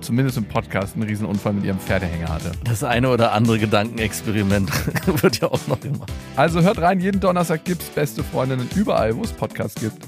Speaker 5: zumindest im Podcast einen Riesenunfall mit ihrem Pferdehänger hatte.
Speaker 4: Das eine oder andere Gedankenexperiment wird ja auch noch gemacht.
Speaker 5: Also hört rein, jeden Donnerstag gibt's beste Freundinnen überall, wo es Podcasts gibt.